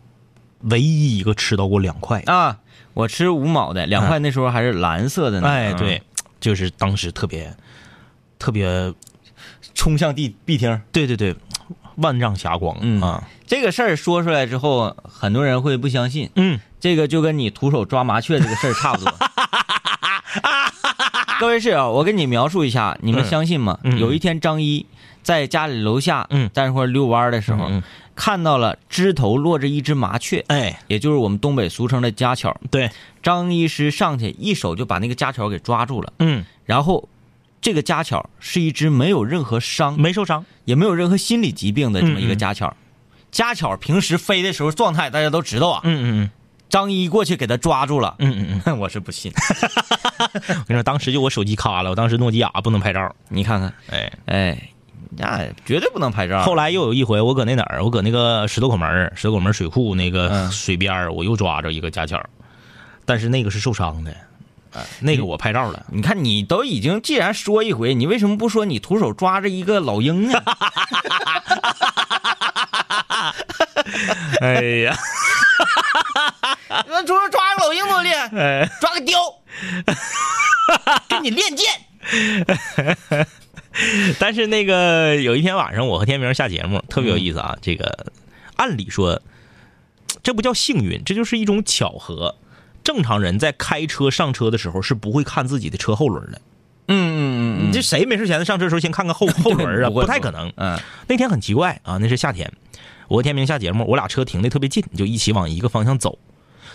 唯一一个吃到过两块。
啊，我吃五毛的，两块那时候还是蓝色的呢。
哎，
嗯
对，，就是当时特别特别，
冲向地壁厅。
对对对，万丈霞光
嗯
啊，
这个事儿说出来之后，很多人会不相信，
嗯，
这个就跟你徒手抓麻雀这个事儿差
<laughs>
不多。各位室友，我跟你描述一下，你们
嗯
相信吗？
嗯
有一天，张一在家里楼下，
嗯
在那块儿遛弯儿的时候，
嗯嗯
看到了枝头落着一只麻雀，
哎，
也就是我们东北俗称的家雀儿。
对，
张医师上去一手就把那个家雀儿给抓住了，
嗯，
然后这个家雀儿是一只没有任何伤、
没受伤，
也没有任何心理疾病的这么一个
嗯嗯
家雀儿。家雀儿平时飞的时候状态大家都知道啊，
嗯嗯
张一过去给它抓住了，
嗯嗯嗯
<laughs> 我是不信。
嗯，你说当时就我手机卡了，我当时诺基亚不能拍照，
你看看，
哎，啊
哎，那绝对不能拍照。啊
后来又有一回，我搁那哪儿，我搁那个石头口门儿石头口门水库那个
嗯
水边儿我又抓着一个家雀儿，但是那个是受伤的，呃那个我拍照了。
你看，你都已经既然说一回，你为什么不说你徒手抓着一个老鹰呢？
哎呀，
那徒手抓个老鹰多厉害，
哎，
抓个雕，跟 <laughs> 你练剑。
<laughs> 但是那个有一天晚上，我和天明下节目，特别有意思啊。
嗯
这个按理说，这不叫幸运，这就是一种巧合。正常人在开车上车的时候是不会看自己的车后轮的。
嗯嗯嗯，
这谁没事闲的上车的时候先看看后
<laughs>
后轮儿啊？
不会
不太
不会
可能。
嗯
那天很奇怪啊，那是夏天，我和天明下节目，我俩车停的特别近，就一起往一个方向走。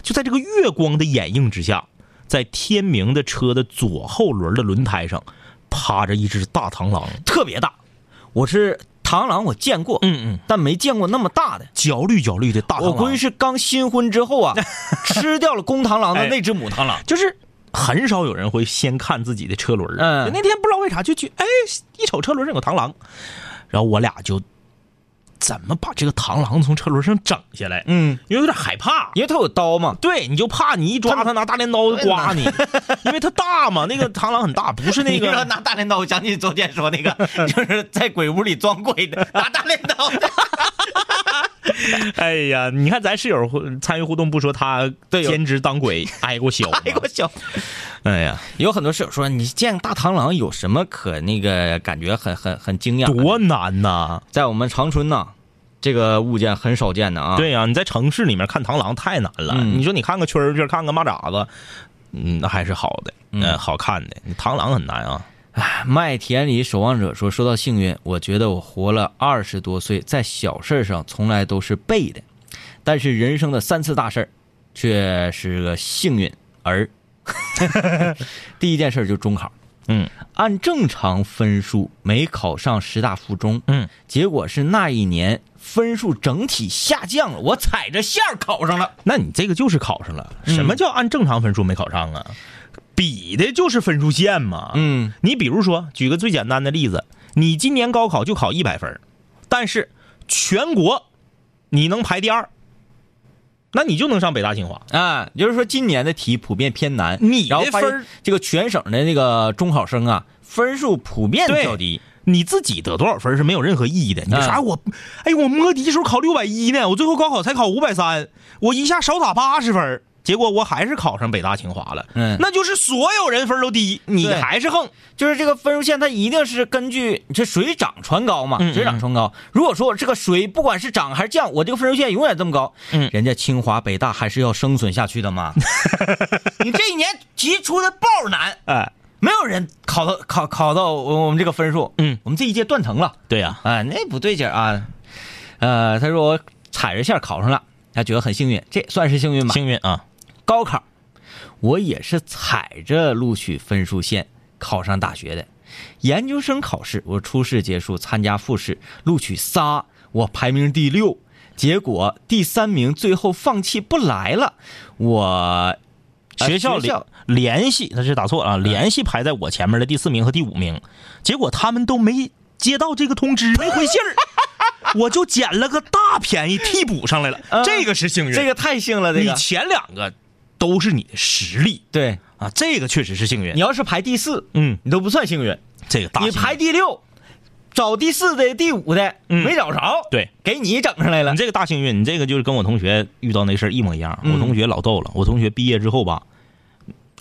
就在这个月光的掩映之下，在天明的车的左后轮的轮胎上趴着一只大螳螂，
特别大。我是螳螂，我见过，
嗯嗯，
但没见过那么大的。
焦绿焦绿的大螳
我
螂，
估计是刚新婚之后啊，吃掉了公螳
<laughs>
螂的那只母螳螂。
哎就是很少有人会先看自己的车轮儿。
嗯
那天不知道为啥就去，哎，一瞅车轮上有螳螂，然后我俩就怎么把这个螳螂从车轮上整下来？
嗯，
因为有点害怕，
因为它有刀嘛。
对，你就怕你一抓它拿大镰刀刮你， <laughs> 因为它大嘛，那个螳螂很大， <laughs> 不是那
你说
个。
拿大镰刀，我想起昨天说那
<laughs>
个，就是在鬼屋里装鬼的，拿大镰刀。
哎呀，你看咱室友互参与互动不说他
对有
兼职当鬼 <laughs> 挨过削吗，
哎我笑。
哎呀，
有很多室友说，你见大螳螂有什么可那个感觉很很很惊讶的？
多难呐！
在我们长春呐、这个物件很少见的啊。，
对呀、你在城市里面看螳螂太难了。
嗯
你说你看个蛐蛐儿，看个蚂蚱子，嗯，那还是好的，
嗯
呃，好看的。螳螂很难啊，
麦田里守望者说，说到幸运，我觉得我活了二十多岁，在小事儿上从来都是背的，但是人生的三次大事儿，却是个幸运儿。 <laughs> 第一件事儿就中考，
嗯，
按正常分数没考上师大附中，
嗯，
结果是那一年分数整体下降了，我踩着线儿考上了。嗯
那你这个就是考上了。什么叫按正常分数没考上啊？比的就是分数线嘛。
嗯，
你比如说，举个最简单的例子，你今年高考就考一百分儿，但是全国你能排第二，那你就能上北大清华。
啊，也就是说今年的题普遍偏难，
你的
然后发现
分儿
这个全省的那个中考生啊，分数普遍
对
较低。
你自己得多少分是没有任何意义的。你说
嗯
啥我，哎呦，我摸底时候考六百一呢，我最后高考才考五百三，我一下少打八十分，结果我还是考上北大清华了。
嗯
那就是所有人分都低，你
对
还是横。
就是这个分数线，它一定是根据这水涨船高嘛，
嗯嗯
水涨船高。如果说我这个水不管是涨还是降，我这个分数线永远这么高，
嗯
人家清华北大还是要生存下去的 <laughs> 嘛。你这一年题出的爆难，
哎，
没有人考到考考到我们这个分数，
嗯，
我们这一届断层了，
对呀、
啊，那不对劲儿啊。呃，他说我踩着线儿考上了，他觉得很幸运，这算是幸运吧？
幸运啊，
高考，我也是踩着录取分数线考上大学的。研究生考试，我初试结束，参加复试，录取仨，我排名第六，结果第三名最后放弃不来了。我呃
啊学校
学
里
校
联系，他是打错了啊，联系排在我前面的第四名和第五名，结果他们都没接到这个通知，没回信 <laughs> 儿，我就捡了个大便宜替补上来了，
嗯
这个是幸运。
这个太幸了，这
你
个
前两个都是你的实力
对
啊，这个确实是幸运
你。要是排第四，
嗯，
你都不算幸运，
这个大幸
你
运
排第六，找第四的、第五的、
嗯
没找着，
对
给你整上来了
你。这个大幸运，你这个就是跟我同学遇到那事儿一模一样。
嗯
我同学老逗了，我同学毕业之后吧，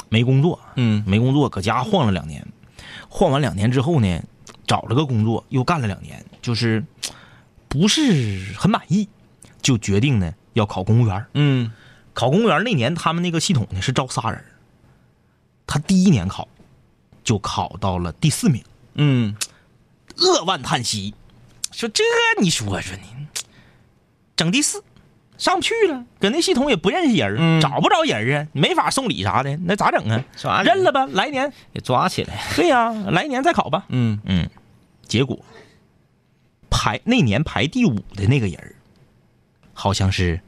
没工作，
嗯
没工作，搁家晃了两年，晃完两年之后呢，找了个工作，又干了两年，就是不是很满意，就决定呢要考公务员儿。
嗯
考公务员那年，他们那个系统呢是招仨人儿，他第一年考就考到了第四名，
嗯，
扼腕叹息，说这你说说你，整第四，上不去了，搁那系统也不认识人儿，
嗯
找不着人儿啊，没法送礼啥的，那咋整啊？
啥
认了吧，来年，
给抓起来。
对呀、来年再考吧。
嗯
嗯，结果排那年排第五的那个人儿好像是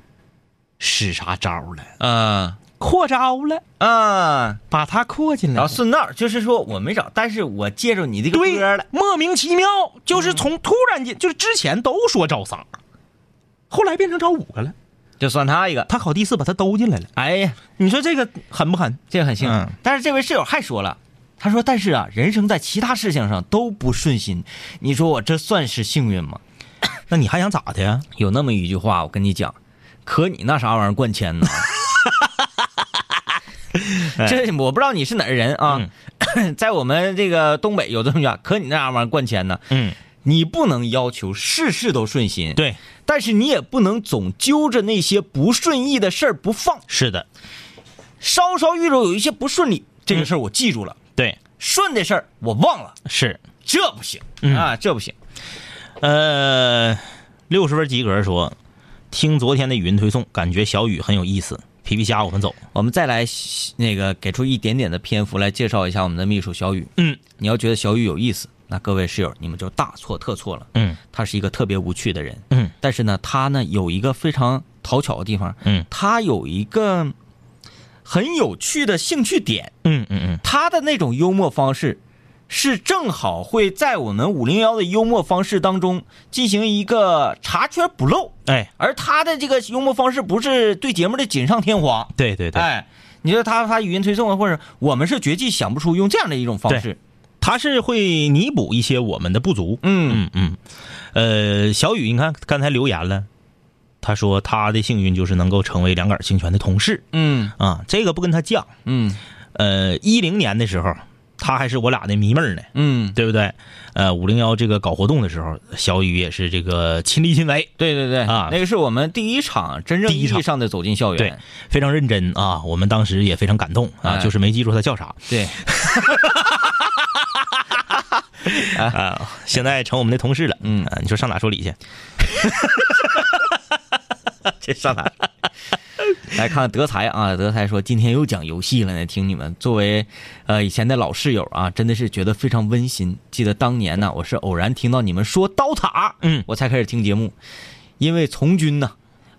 使啥招儿了，
啊
扩招了。
啊，
把他扩进
然
来
后。顺道就是说我没找，但是我借着你这个
对
歌了，，
莫名其妙，就是从突然间，就是之前都说招仨，后来变成招五个了。
就算他一个。
他考第四，把他兜进来了。
哎呀，
你说这个狠不狠？
这个很幸运。
嗯
但是这位室友还说了，他说：“但是啊，人生在其他事情上都不顺心，你说我这算是幸运吗
那你还想咋的呀？？”
有那么一句话，我跟你讲，可你那啥玩意儿灌铅
<laughs>
呢？这我不知道你是哪儿人啊，<coughs>
嗯
在我们这个东北有这么句话，可你那啥玩意儿灌铅呢？
嗯，
你不能要求事事都顺心，，
对，
但是你也不能总揪着那些不顺意的事儿不放，
是的，
稍稍遇着有一些不顺利，这
嗯
个事儿我记住了，
对，
顺的事儿我忘了，
是。
这不行、
嗯
啊，这不行。
呃，六十分及格说，听昨天的语音推送，感觉小雨很有意思。皮皮虾，我们走。
我们再来那个给出一点点的篇幅来介绍一下我们的秘书小雨。
嗯
你要觉得小雨有意思，那各位室友你们就大错特错了。
嗯
他是一个特别无趣的人，
嗯
但是呢，他呢有一个非常讨巧的地方，
嗯
他有一个很有趣的兴趣点。
嗯嗯嗯，
他的那种幽默方式，是正好会在我们五零幺的幽默方式当中进行一个查缺补漏，
哎，
而他的这个幽默方式不是对节目的锦上添花，
对对对，
哎，你说他发语音推送啊，或者我们是绝技想不出用这样的一种方式，
他是会弥补一些我们的不足。
嗯
嗯嗯，呃，小雨，你看刚才留言了，他说他的幸运就是能够成为两杆儿清泉的同事
嗯
啊，这个不跟他犟。
嗯
呃，一零年的时候，他还是我俩的迷妹儿呢，
嗯，
对不对？呃，五零幺这个搞活动的时候，小雨也是这个亲力亲为，
对对对
啊
那个是我们第一场真正
第
意
一场
义上的走进校
对
园，，
非常认真啊。我们当时也非常感动啊，
哎
就是没记住他叫啥
对
啊，现在成我们的同事了。
嗯
啊你说上哪说理去？
<laughs> 这上哪？来看看德才啊，德才说今天又讲游戏了呢。听你们作为呃以前的老室友啊，真的是觉得非常温馨。记得当年呢，我是偶然听到你们说刀塔，
嗯
我才开始听节目，因为从军呢，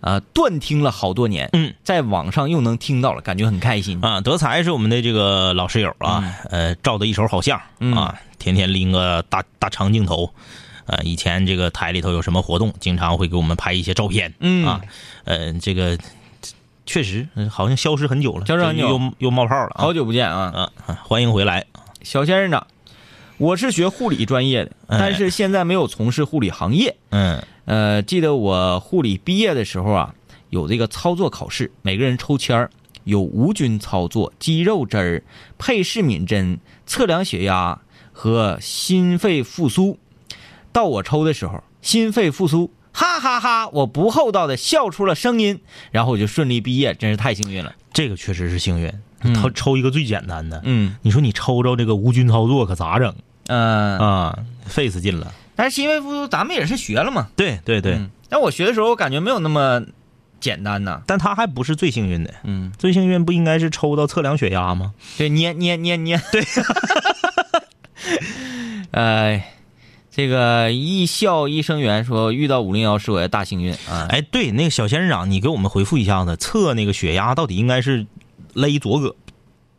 呃断听了好多年，
嗯，
在网上又能听到了，感觉很开心。
啊，德才是我们的这个老室友啊，
嗯
呃，照的一手好相啊，天天拎个大大长镜头，呃，以前这个台里头有什么活动，经常会给我们拍一些照片，
嗯
啊，呃，这个确实呃好像消失很久了，
消失很
这
久
又又冒泡了啊，
好久不见啊，
啊，啊欢迎回来，
小仙人掌，我是学护理专业的，
哎
但是现在没有从事护理行业。
嗯
呃，记得我护理毕业的时候啊，有这个操作考试，每个人抽签儿，有无菌操作、肌肉针儿、配饰敏针、测量血压和心肺复苏。到我抽的时候，心肺复苏，哈哈哈我不厚道的笑出了声音，然后我就顺利毕业，真是太幸运了。
这个确实是幸运，他抽一个最简单的，
嗯，
你说你抽着这个无菌操作可咋整
呃，
啊？费死劲了，
但是心肺复苏咱们也是学了嘛。
对对对，
嗯但我学的时候，我感觉没有那么简单呐。
但他还不是最幸运的，
嗯，
最幸运不应该是抽到测量血压吗？
对，捏捏捏捏， <laughs> 对。呃，这个一笑一生缘说遇到五零幺是我的大幸运啊。
哎，对，那个小仙人掌，你给我们回复一下子，测那个血压到底应该是勒左胳，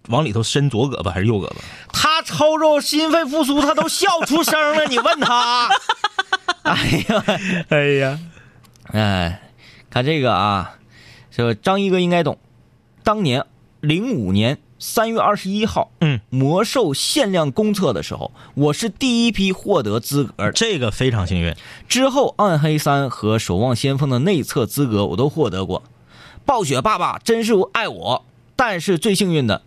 往里头伸左胳膊还是右胳膊？
他抽着心肺复苏，他都笑出声了，你问他。 <laughs> 哎呀，
哎呀，
哎，看这个啊，说张一哥应该懂，当年零五年三月二十一号，
嗯，
魔兽限量公测的时候，我是第一批获得资格的
这个非常幸运，
之后，《暗黑三》和《守望先锋》的内测资格我都获得过。暴雪爸爸真是爱我，但是最幸运的，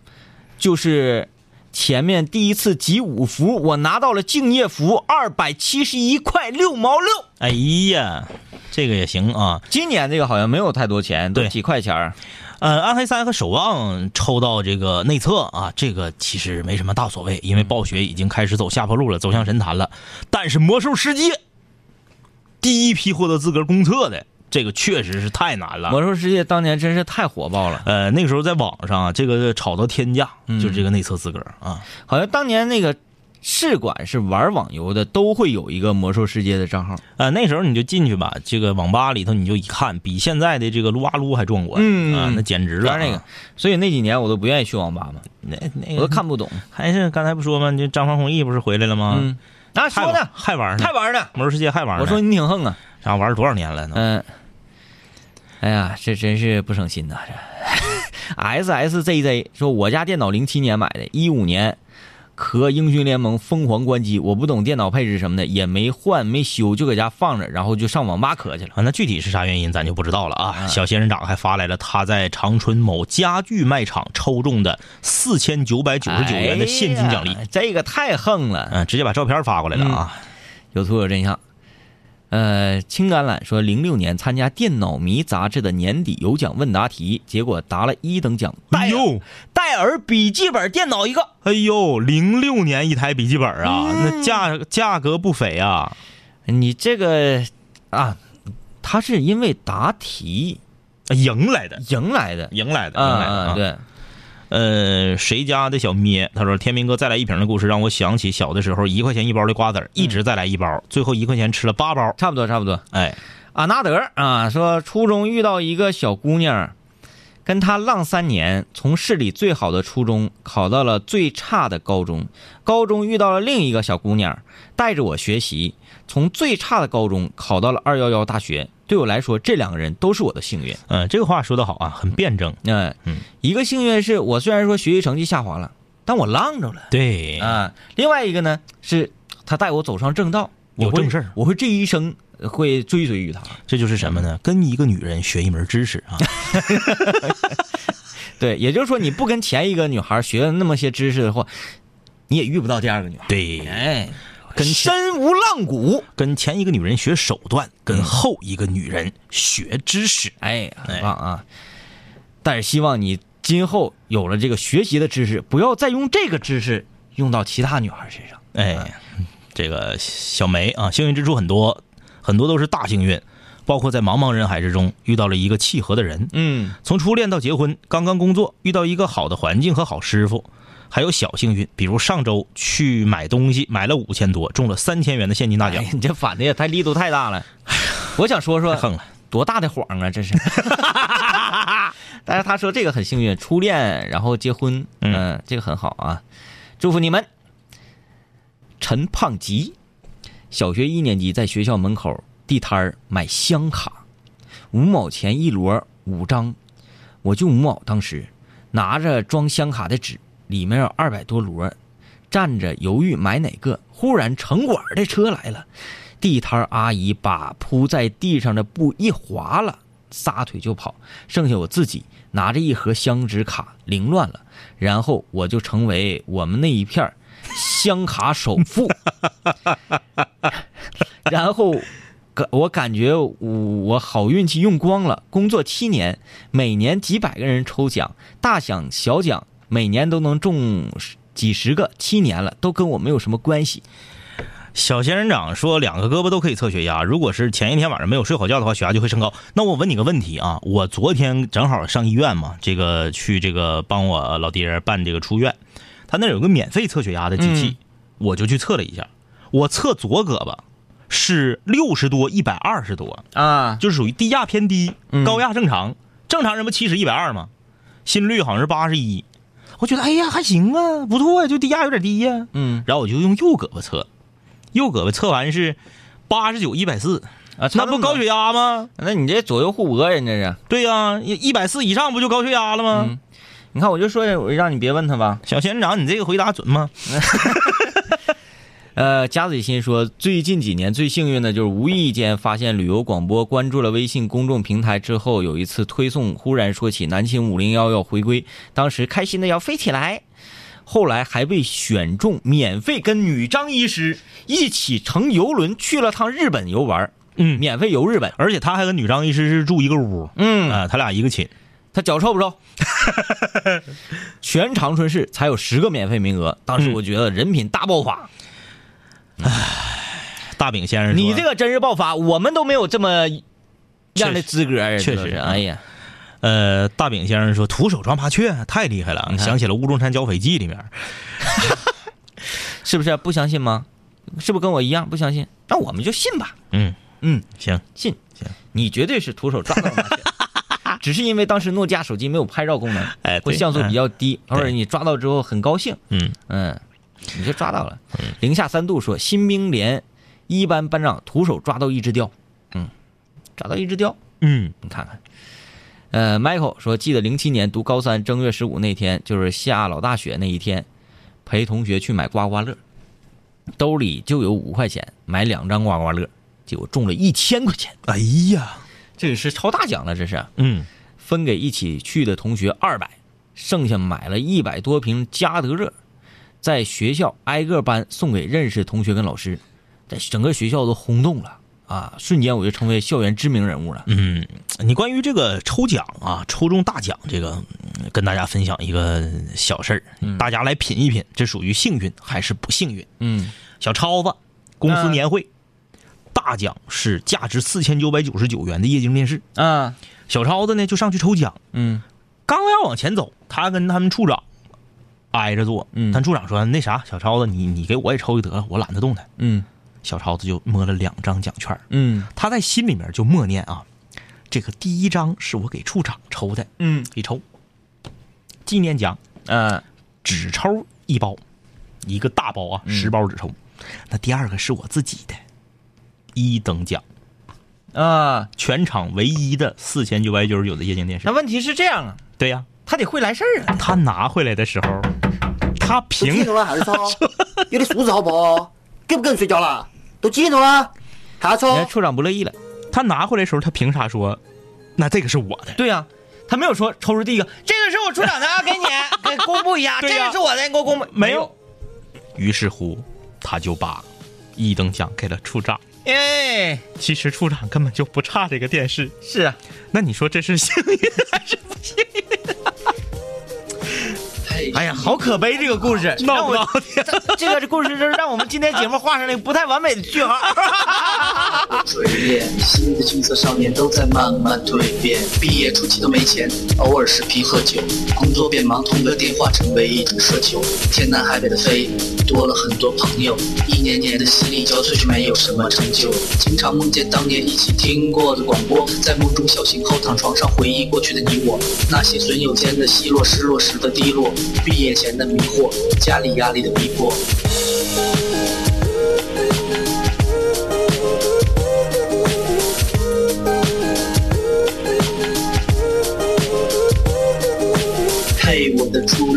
就是前面第一次集五福，我拿到了敬业福二百七十一块六毛六。
哎呀，这个也行啊。
今年这个好像没有太多钱，都
对
几块钱儿
呃，安黑塞和守望抽到这个内测啊，这个其实没什么大所谓，因为暴雪已经开始走下坡路了，走向神坛了。但是魔兽世界第一批获得资格公测的，这个确实是太难了。
魔兽世界当年真是太火爆了，
呃，那个时候在网上啊这个炒到天价，
嗯
就是这个内测资格啊。
好像当年那个试管是玩网游的都会有一个魔兽世界的账号，
呃，那时候你就进去吧，这个网吧里头你就一看，比现在的这个撸啊撸还壮观，
嗯
啊，那简直了、
玩
啊。
那个，所以那几年我都不愿意去网吧嘛，
那那
我都
个
看不懂。
还是刚才不说吗？这张方弘毅不是回来了吗？
嗯，那
还
说
玩
呢，
还玩呢，
还玩呢。
魔兽世界还玩呢。
我说你挺横啊，
啊，玩了多少年了呢？
嗯，哎呀，这真是不省心呐、这 <laughs> S S Z Z 说，我家电脑零七年买的，一五年和英雄联盟疯狂关机，我不懂电脑配置什么的，也没换没修，就搁家放着，然后就上网吧磕去了。
啊，那具体是啥原因咱就不知道了
嗯
啊。小仙人掌还发来了他在长春某家具卖场抽中的四千九百九十九元的现金奖励，
哎呀嗯这个太横了。
嗯，直接把照片发过来了啊。
有图有真相。呃，青橄榄说，零六年参加《电脑迷》杂志的年底有奖问答题，结果答了一等奖，戴
哎呦
尔戴尔笔记本电脑一个。
哎呦，零六年一台笔记本啊，
嗯
那价价格不菲啊。
你这个啊，他是因为答题
赢来的，
赢来的，
赢来的，
啊
赢来的
啊
啊！
对，
呃，谁家的小咩？他说：“天明哥再来一瓶的故事，让我想起小的时候，一块钱一包的瓜子
嗯
儿，一直再来一包，最后一块钱吃了八包。
差不多差不多。
哎，
阿纳德啊，说初中遇到一个小姑娘，跟她浪三年，从市里最好的初中考到了最差的高中，高中遇到了另一个小姑娘，带着我学习，从最差的高中考到了二幺幺大学。对我来说，这两个人都是我的幸运。
嗯、这个话说得好啊，很辩证。
嗯、
嗯
一个幸运是我虽然说学习成绩下滑了，但我浪着了
对
啊、另外一个呢，是她带我走上正道，我
有
会
正事儿
我会这一生会追随于她。
这就是什么呢？跟一个女人学一门知识
<laughs>
啊。
对，也就是说，你不跟前一个女孩学了那么些知识的话，你也遇不到第二个女孩。
对，
哎，
跟前
身无浪骨。
跟前一个女人学手段，
嗯
跟后一个女人学知识。
哎，很棒啊！但是希望你今后有了这个学习的知识，不要再用这个知识用到其他女孩身上。
哎，这个小梅啊，幸运之处很多，很多都是大幸运，包括在茫茫人海之中遇到了一个契合的人。
嗯，
从初恋到结婚，刚刚工作遇到一个好的环境和好师傅，还有小幸运，比如上周去买东西，买了五千多，中了三千元的现金大
哎
奖
呀，，你这反的也太力度太大了。我想说说
太，横了。
多大的谎啊，这是。 <laughs> 但是他说这个很幸运，初恋然后结婚，嗯、
嗯
这个很好啊，祝福你们。陈胖吉，小学一年级在学校门口地摊儿买香卡，五毛钱一摞，五张，我就五毛。当时拿着装香卡的纸，里面有二百多摞，站着犹豫买哪个，忽然城管的车来了。地摊儿阿姨把铺在地上的布一划了，撒腿就跑，剩下我自己拿着一盒香纸卡凌乱了，然后我就成为我们那一片儿香卡首富。然后，感我感觉我我好运气用光了，工作七年，每年几百个人抽奖，大奖小奖，每年都能中几十个，七年了都跟我没有什么关系。
小仙人掌说，两个胳膊都可以测血压。如果是前一天晚上没有睡好觉的话，血压就会升高。那我问你个问题啊，我昨天正好上医院嘛，这个去这个帮我老爹办这个出院，他那儿有个免费测血压的机器，我就去测了一下，我测左胳膊是六十多，一百二十多，
啊，
就是属于低压偏低
嗯，
高压正常。正常人不七十一百二吗？心率好像是八十一，我觉得哎呀还行啊，不错呀、就低压有点低呀、
嗯
然后我就用右胳膊测，右胳膊测完是八十九一百四，
啊，
那不高
血。
血压吗？
那你这左右互搏呀，你这是？
对呀、一百四以上不就高血压了
嗯
吗？
你看，我就说我让你别问他吧。
小仙人掌，你这个回答准吗？
呃，贾子欣说，最近几年最幸运的就是无意间发现旅游广播，关注了微信公众平台之后，有一次推送忽然说起南秦五零幺要回归，当时开心的要飞起来。后来还被选中，免费跟女张医师一起乘游轮去了趟日本游玩。
嗯
免费游日本。
而且他还跟女张医师是住一个屋，
嗯
啊，他俩一个寝，
他脚臭不 <laughs> 臭？全长春市才有十个免费名额，当时我觉得人品大爆发，
大饼先生说，
你这个真是爆发，我们都没有这么样的资格啊，
确实
都是
确实
哎呀，
呃，大饼先生说徒手抓麻雀太厉害了
你，看
想起了《乌中山剿匪记》里面，
是不是不相信吗？是不是跟我一样不相信？那我们就信吧，
嗯
嗯，
行，
信
行，
你绝对是徒手抓到麻雀， <laughs> 只是因为当时诺基亚手机没有拍照功能，
<laughs> 哎对
或像素比较低，
嗯
或者你抓到之后很高兴，
嗯，
嗯，你就抓到了。零下三度说，新兵连一班班长徒手抓到一只雕，嗯，抓到一只雕，
嗯
你看看。呃，Michael 说，记得零七年读高三正月十五那天，就是下老大雪那一天，陪同学去买刮刮乐，兜里就有五块钱，买两张刮刮乐，结果中了一千块钱，
哎呀，
这是超大奖了，这是
嗯，
分给一起去的同学二百，剩下买了一百多瓶加德乐，在学校挨个班送给认识同学跟老师，在整个学校都轰动了啊！瞬间我就成为校园知名人物了。
嗯，你关于这个抽奖啊，抽中大奖这个，嗯跟大家分享一个小事儿，大家来品一品，这属于幸运还是不幸运？
嗯
小超子公司
嗯
年会，大奖是价值四千九百九十九元的液晶电视，
啊
小超子呢就上去抽奖，
嗯
刚要往前走，他跟他们处长挨着坐，
嗯
但处长说那啥，小超子你你给我也抽一得了，我懒得动弹。
嗯
小超子就摸了两张奖券儿，
嗯
他在心里面就默念啊，这个第一张是我给处长抽的，
嗯
一抽，纪念奖
啊
只抽一包，一个大包
嗯
啊，十包只抽。那第二个是我自己的，一等奖，
啊！
全场唯一的四千九百九十九的液晶电视
那。问题是这样啊，
对呀、
他得会来事儿啊。
他拿回来的时候，他
都
凭
记住了，儿子，有点素质好不好？跟不跟人睡觉了？都记住了，还
人
抽
家？处长不乐意了。
他拿回来的时候，他凭啥说？那这个是我的，
对呀、他没有说抽出第一个，这个是我处长的啊，给
<laughs>
你给公布一下，
对
这
呀
个是我的，你给我公布。
没有。于是乎，他就把一等奖给了处长。
没有，哎，
其实处长根本就不差这个电视。
是啊，
那你说这是幸运？啊
哎呀，好可悲这个故事，
闹
让
不
我
闹
这这个故事就是让我们今天节目画上了一个不太完美的句号。
蜕变，新的青涩少年都在慢慢蜕变。毕业初期都没钱，偶尔视频喝酒，工作变忙，通个电话成为一种奢求。天南海北的飞，多了很多朋友，一年年的心力交瘁却没有什么成就。经常梦见当年一起听过的广播，在梦中笑醒后躺床上回忆过去的你我，那些损友间的奚落，失落时的低落，毕业前的迷惑，家里压力的逼迫。嘿，我的初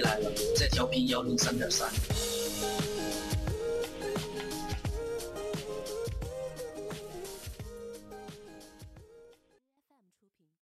来了，在调频幺零三点三。